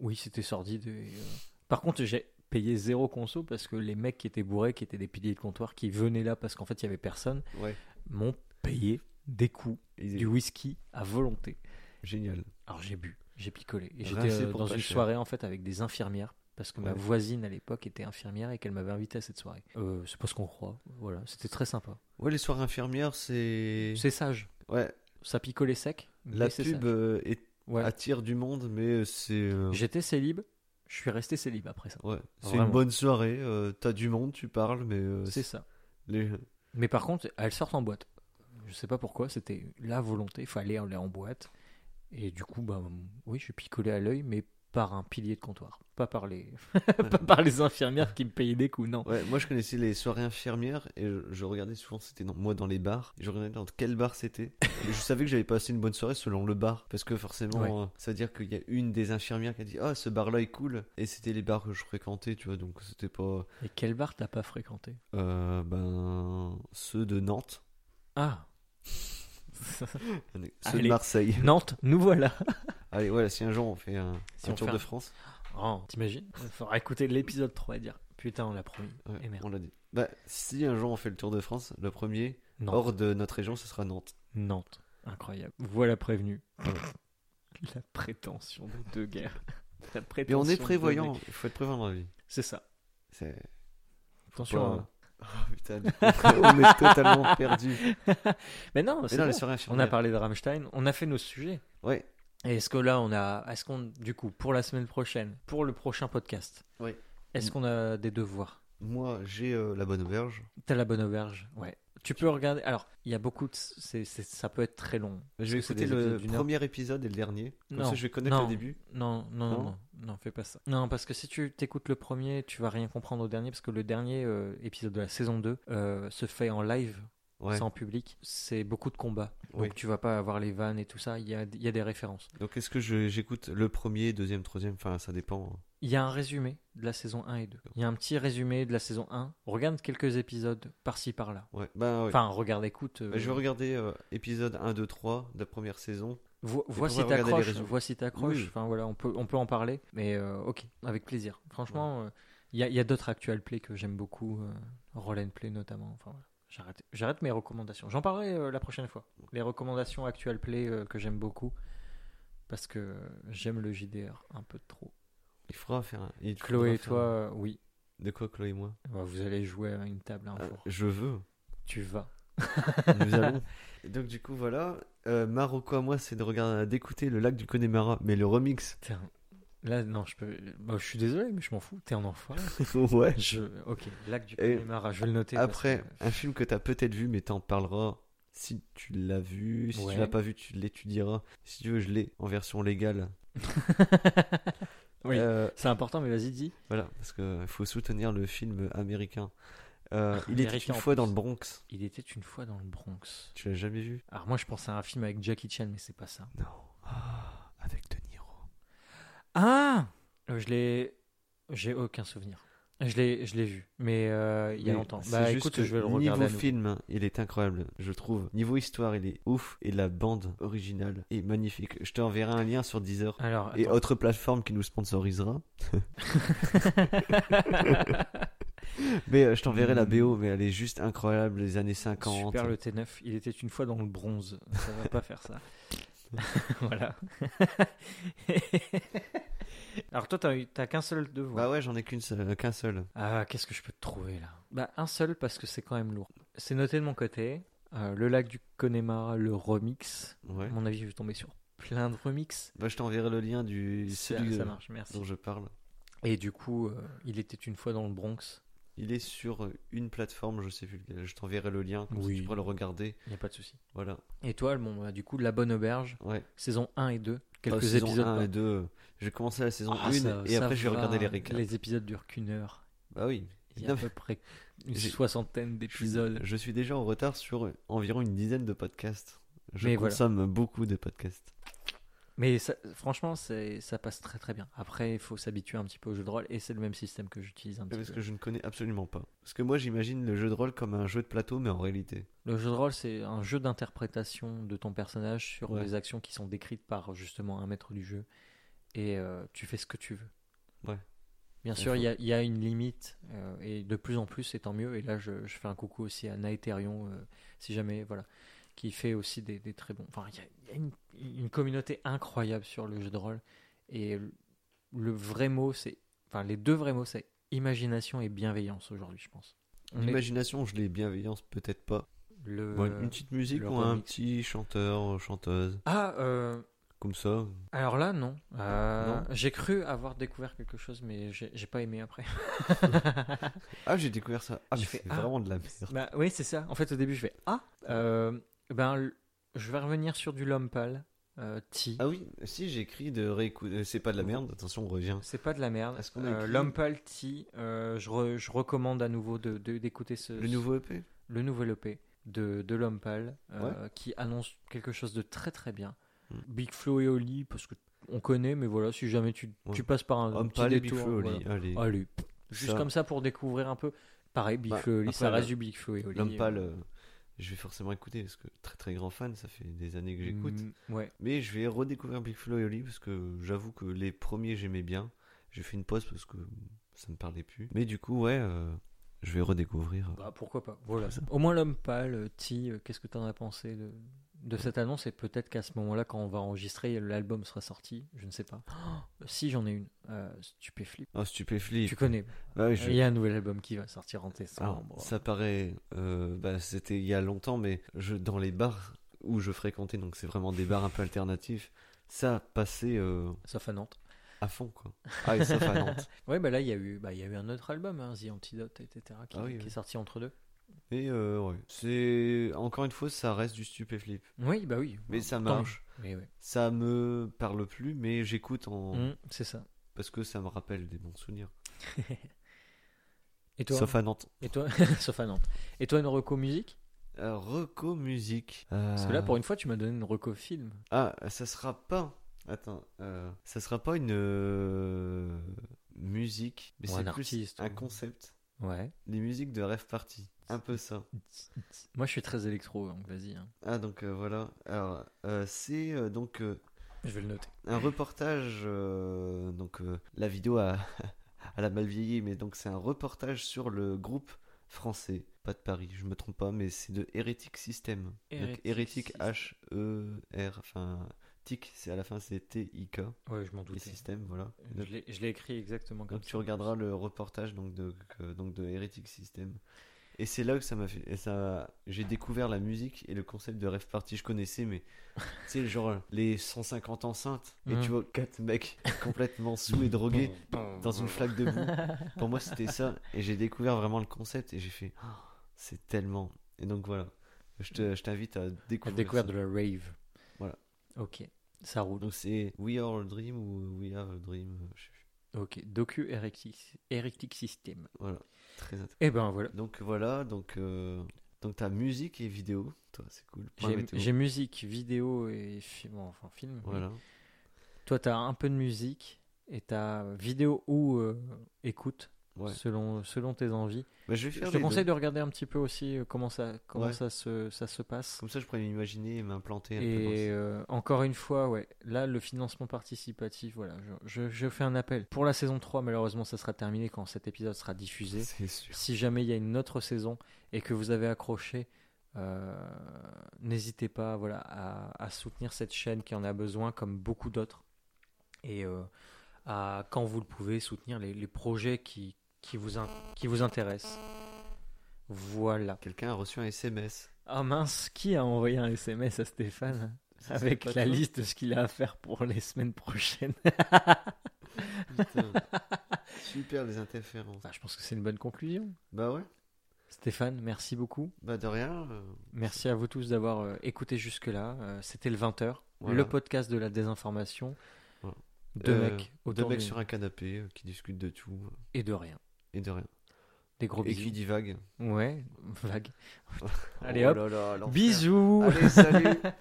Oui, c'était sordide. et, euh, Par contre, j'ai payé zéro conso parce que les mecs qui étaient bourrés, qui étaient des piliers de comptoir, qui venaient là parce qu'en fait il y avait personne,
Ouais.
m'ont payé des coups,
Ils-
du whisky à volonté.
Génial.
Alors j'ai bu, j'ai picolé. Et
Rincé
j'étais euh,
Ah bah, pour
dans
pas
une
cher.
soirée en fait avec des infirmières. Parce que ma
Ouais.
voisine à l'époque était infirmière et qu'elle m'avait invité à cette soirée. Euh, c'est pas ce qu'on croit. Voilà, c'était très sympa.
Ouais, les soirées infirmières, c'est.
C'est sage.
Ouais,
Ça picolait sec. mais
la
c'est
pub
sage.
euh, est-
Ouais.
attire du monde, mais c'est. euh,
J'étais célib. Je suis resté célib après ça.
Ouais, c'est
Vraiment.
une bonne soirée. euh, T'as du monde, tu parles, mais. euh,
C'est ça.
les-
Mais par contre, elles sortent en boîte. Je sais pas pourquoi, c'était la volonté, il fallait aller en boîte. Et du coup, bah, oui, je suis picolé à l'œil, mais par un pilier de comptoir. Pas par les, pas par les infirmières qui me payaient des coups, non.
Ouais, moi je connaissais les soirées infirmières et je, je regardais souvent, c'était dans, moi dans les bars. Et je regardais dans quel bar c'était. Et je savais que j'avais passé une bonne soirée selon le bar. Parce que forcément,
Ouais.
euh, ça veut dire qu'il y a une des infirmières qui a dit Ah, ce bar là est cool. Et c'était les bars que je fréquentais, tu vois. Donc c'était pas.
Et quel bar t'as pas fréquenté
euh, ben. Ceux de Nantes.
Ah
Ceux
Allez.
de Marseille.
Nantes, nous voilà
Allez, voilà, si un jour on fait un,
Si
un
on
tour
fait
de
un-
France.
Oh, t'imagines Il faudra écouter l'épisode 3 et dire Putain, on l'a promis.
Ouais,
Et Eh, merde.
on l'a dit. Bah, si un jour on fait le tour de France, le premier,
Nantes.
hors de notre région, ce sera Nantes.
Nantes. Incroyable. Voilà prévenu. la prétention de deux guerres.
Mais
La
on
prétention de
est
deux
prévoyant,
mecs.
il faut être prévoyant dans la vie.
C'est ça.
C'est. pas-
Attention. hein.
Oh, putain, du coup, on est totalement perdu.
Mais non, Oh, c'est
Mais non,
bon.
les soirées
on a
infirmières.
parlé de Rammstein, on a fait nos sujets.
Ouais,
Et est-ce que là, on a. Est-ce qu'on. Du coup, pour la semaine prochaine, pour le prochain podcast,
Oui.
est-ce qu'on a des devoirs
moi j'ai euh, la bonne auberge.
T'as la bonne auberge Ouais. Tu peux regarder. Alors, il y a beaucoup de. c'est- c'est- ça peut être très long.
Je vais
Parce que c'est
écouter
des
le
épisodes d'une heure.
premier épisode et le dernier. Comme
Non,
ça, je vais connaître
non.
le début.
Non, non, non,
Non
non, non, fais pas ça. Non, parce que si tu t'écoutes le premier, tu vas rien comprendre au dernier, parce que le dernier euh, épisode de la saison 2 euh, se fait en live,
Ouais.
c'est en public, c'est beaucoup de combats.
Oui.
Donc tu vas pas avoir les vannes et tout ça, il y a, il y a des références.
Donc est-ce que je- j'écoute le premier, deuxième, troisième Enfin, ça dépend. hein.
Il y a un résumé de la saison 1 et 2. Il y a un petit résumé de la saison 1. Regarde quelques épisodes par-ci par-là.
Ouais, bah ouais.
Enfin, regarde, écoute. euh,
Bah, je vais regarder euh, épisode 1, 2, 3 de la première saison.
Vois,
Et
vois
on
si
va regarder les
t'accroches,
résumés.
vois si t'accroches.
Oui.
Enfin voilà, on peut, on peut en parler, mais euh, ok, avec plaisir. Franchement, euh, il y a, il y a d'autres actual play que j'aime beaucoup, euh, roll and play notamment. Enfin voilà. J'arrête, j'arrête mes recommandations. J'en parlerai euh, la prochaine fois. Les recommandations actual play euh, que j'aime beaucoup parce que j'aime le JDR un peu trop.
Il faudra faire un. il faudra
Chloé et
faire un-
toi, euh, oui.
De quoi, Chloé et moi
Bah, Vous allez jouer à une table hein, un
Euh,
jour.
Je veux.
Tu vas.
Nous allons. Et donc, du coup, voilà. Euh, ma reco à moi, c'est de regarder, d'écouter le lac du Connemara, mais le remix.
T'es un- Là, non, je peux. bah, je suis désolé, mais je m'en fous. T'es un enfoiré.
ouais.
je... Ok, lac du
Et
Connemara, je vais le noter. parce
Après,
que-
un film que t'as peut-être vu, mais t'en parleras si tu l'as vu. Si
Ouais.
tu l'as pas vu, tu l'étudieras. Si tu veux, je l'ai en version légale.
Oui.
Euh,
C'est important, mais vas-y, dis.
voilà, parce qu'il faut soutenir le film américain. Euh, il était
Américain
une
en
fois
plus.
dans le Bronx.
Il était une fois dans le Bronx.
Tu l'as jamais vu
Alors, moi, je pensais à un film avec Jackie Chan, mais c'est pas ça.
Non. avec De Niro.
Ah Euh, Je l'ai. J'ai aucun souvenir. Je l'ai, je l'ai vu, mais euh, il y a
Mais
longtemps.
c'est
Bah
juste
écoute,
que
je vais le
Niveau
regarder. à nouveau.
film, il est incroyable, je trouve. Niveau histoire, il est ouf. Et la bande originale est magnifique. Je t'enverrai un lien sur Deezer.
Alors,
Et
attends.
autre plateforme qui nous sponsorisera. Mais euh, je t'enverrai la
Hmm.
BO, mais elle est juste incroyable, les années 50.
Super le T9, il était une fois dans le bronze. Ça va pas faire ça. voilà. Alors toi, t'as, eu- t'as qu'un seul devoir.
Bah ouais, j'en ai qu'une seule, euh, qu'un seul.
Ah, qu'est-ce que je peux te trouver là Bah un seul parce que c'est quand même lourd. C'est noté de mon côté. euh, le lac du Connemara, le remix.
Ouais.
À mon avis, je vais tomber sur plein de remix.
Bah je t'enverrai le lien du
Ça,
celui euh,
ça marche, merci.
dont je parle.
Et du coup, euh, il était une fois dans le Bronx.
Il est sur euh, une plateforme, je sais plus lequel. Je t'enverrai le lien, comme ça
Oui.
tu pourras le regarder.
Il n'y a pas de souci.
Voilà.
Et toi, bon, bah, du coup, La Bonne Auberge,
Ouais.
saison 1 et 2. Quelques
Oh, saison
épisodes.
1
par-
et euh, 2. J'ai commencé la saison
Ah,
1
ça-
et
ça
après je vais
va,
regarder les récaps.
Les épisodes durent qu'une heure.
Bah oui.
Il y a
Non,
à peu près une
j'ai-
soixantaine d'épisodes.
Je suis déjà en retard sur euh, environ une dizaine de podcasts. Je
Mais voilà.
consomme beaucoup de podcasts.
Mais ça- franchement, c'est- ça passe très très bien. Après, il faut s'habituer un petit peu au jeu de rôle et c'est le même système que j'utilise un petit
Parce
peu.
que je ne connais absolument pas. Parce que moi j'imagine le jeu de rôle comme un jeu de plateau, mais en réalité.
Le jeu de rôle, c'est un jeu d'interprétation de ton personnage sur
Ouais.
les actions qui sont décrites par justement un maître du jeu. Et euh, tu fais ce que tu veux.
Ouais.
Bien
Il
sûr,
faut-
il y, a- il y a une limite, euh, et de plus en plus, et tant mieux. Et là, je, je fais un coucou aussi à Naetherion, euh, si jamais, voilà, qui fait aussi des, des très bons. Enfin, il y a, il y a une, une communauté incroyable sur le jeu de rôle. Et le- le vrai mot, c'est. Enfin, les deux vrais mots, c'est imagination et bienveillance aujourd'hui, je pense. On est-
L'imagination, je l'ai bienveillance, peut-être pas.
le...
Bon, une petite musique
le
ou un
remix.
petit chanteur, euh, chanteuse,
Ah, euh,
comme ça.
Alors là, non. Euh,
Non
J'ai cru avoir découvert quelque chose, mais j'ai j'ai pas aimé après.
Ah, j'ai découvert ça. Ah,
J'ai
mais
fait,
c'est
ah.
vraiment de la merde.
bah, oui, c'est ça. En fait, au début, je vais Ah euh, Ben, l- je vais revenir sur du Lompal. Euh, T.
Ah oui, si j'ai écrit de réécouter. C'est pas de la merde, attention, on revient.
C'est pas de la merde. Euh,
Est-ce qu'on a écrit-
Lompal T. euh, je, re- je recommande à nouveau de- de- d'écouter ce,
Le nouveau E EP
le nouvel EP de, de l'homme pâle euh, qui annonce quelque chose de très très bien.
Mm.
Big Flo et Oli, parce que on connaît, mais voilà, si jamais tu,
Ouais.
tu passes par un,
Homme
petit
palais, Big
détour,
Flo,
voilà. Ah,
Oli, allez.
Allez, juste
Ça.
comme ça pour découvrir un peu. Pareil, Big
Bah,
Flo et Oli,
après,
ça reste
le-
du Big Flo et Oli.
L'homme pâle,
euh,
euh, je vais forcément écouter parce que très très grand fan, ça fait des années que j'écoute.
mm, Ouais,
Mais je vais redécouvrir Big Flo et Oli parce que j'avoue que les premiers j'aimais bien. J'ai fait une pause parce que ça me parlait plus. Mais du coup, ouais, euh, je vais redécouvrir.
bah pourquoi pas. Voilà.
Ah. Ça.
Au moins l'homme pâle, euh, T, euh, qu'est-ce que t'en as pensé de, de cette annonce Et peut-être qu'à ce moment-là, quand on va enregistrer, l'album sera sorti, je ne sais pas. Oh, si j'en ai une, euh, Stupéflip.
Oh, stupéflip.
Tu connais.
Ah oui, je-
Il y a un nouvel album qui va sortir en
Alors,
décembre.
ça paraît. euh, bah, C'était il y a longtemps, mais je, dans les bars où je fréquentais, donc c'est vraiment des bars un peu alternatifs, ça passait euh,
Sauf à Nantes.
à fond, quoi. Ah, et sauf à Nantes.
Ouais, bah là, il y, a eu- bah, il y a eu un autre album, hein, The Antidote, etc., qui,
Ah oui,
qui
oui.
est sorti entre deux.
Et euh, ouais. C'est. Encore une fois, ça reste du stupéflip.
Oui, bah oui.
Mais ça
Tant
marche.
mieux. Mais ouais.
Ça me parle plus, mais j'écoute en.
Mm, c'est ça.
Parce que ça me rappelle des bons souvenirs.
Et toi
Sauf à Nantes.
Et toi Sauf à Nantes. Et toi, une reco musique
Euh, reco musique.
Parce que là, pour une fois, tu m'as donné une reco film.
Ah, ça sera pas. Attends, euh, ça sera pas une euh, musique, mais
Ou
c'est
un
plus
artiste,
un
ou-
concept.
Ouais.
Les musiques de rêve party, un peu ça.
Moi, je suis très électro, donc vas-y. hein.
Ah donc euh, voilà. Alors euh, c'est euh, donc euh,
Je vais le noter.
un reportage. euh, donc euh, la vidéo a, elle a mal vieilli, mais donc c'est un reportage sur le groupe français, pas de Paris, je me trompe pas, mais c'est de Heretic System. Donc
Heretic
Heretic
System.
H E R, enfin Tic, c'est à la fin, c'est T-I-K,
Ouais, je m'en
les
doutais.
systèmes, voilà. Et
Je
donc,
l'ai je l'ai écrit exactement comme
donc,
ça.
tu regarderas le reportage donc de, que- donc de Heretic System. Et c'est là que ça m'a fait. Et ça, j'ai découvert la musique et le concept de rêve party. Je connaissais, mais tu sais, genre les 150 enceintes. Et
Mm.
tu vois quatre mecs complètement sous et drogués dans une flaque de boue.
Bah,
Pour moi, c'était ça. Et j'ai découvert vraiment le concept et j'ai fait, Ah, c'est tellement. Et donc voilà, je te- je t'invite à découvrir.
découverte
ça.
de la rave.
Voilà.
Ok, ça roule.
Donc c'est We Are a Dream ou We Have a Dream. euh, Je sais plus.
Ok, Docu Erectic Erectic System.
Voilà, très intéressant.
Et ben voilà.
Donc voilà, donc, euh, donc ta musique et vidéo, toi, c'est cool. Point
J'ai
météo.
j'ai musique, vidéo et film. Enfin, film. oui.
Voilà.
Toi, t'as un peu de musique et t'as vidéo ou euh, écoute
Ouais.
selon, selon tes envies.
Bah, je vais
Je
faire
te
les deux.
conseille de regarder un petit peu aussi euh, comment ça, comment
Ouais.
ça, se, ça se passe.
Comme ça, je pourrais m'imaginer et m'implanter un peu. dans
Et
ça.
euh, encore une fois, ouais, là, le financement participatif, voilà, je, je- je fais un appel. Pour la saison 3, malheureusement, ça sera terminé quand cet épisode sera diffusé.
C'est sûr.
Si jamais il y a une autre saison et que vous avez accroché, euh, n'hésitez pas voilà, à, à soutenir cette chaîne qui en a besoin, comme beaucoup d'autres. Et euh, à, quand vous le pouvez, soutenir les, les projets qui, qui, vous in- qui vous intéressent. Voilà.
Quelqu'un a reçu un SMS.
Ah mince, qui a envoyé un SMS à Stéphane
Ça, c'est
avec
pas
la
toi
liste de ce qu'il a à faire pour les semaines prochaines.
Putain. Super les interférences.
Bah, je pense que c'est une bonne conclusion.
Bah ouais,
Stéphane, merci beaucoup.
bah de rien. euh,
Merci à vous tous d'avoir euh, écouté jusque-là. Euh, C'était le 20h,
Voilà.
le podcast de la désinformation.
Voilà.
Deux
Euh,
mecs
Deux
autour
mecs
d'une-
sur un canapé euh, qui discutent de tout euh,
et de rien.
et de rien.
Des gros
Et
bisous.
qui divague.
Ouais, vague.
Oh
Allez hop,
là là, l'enfer.
bisous
Allez, salut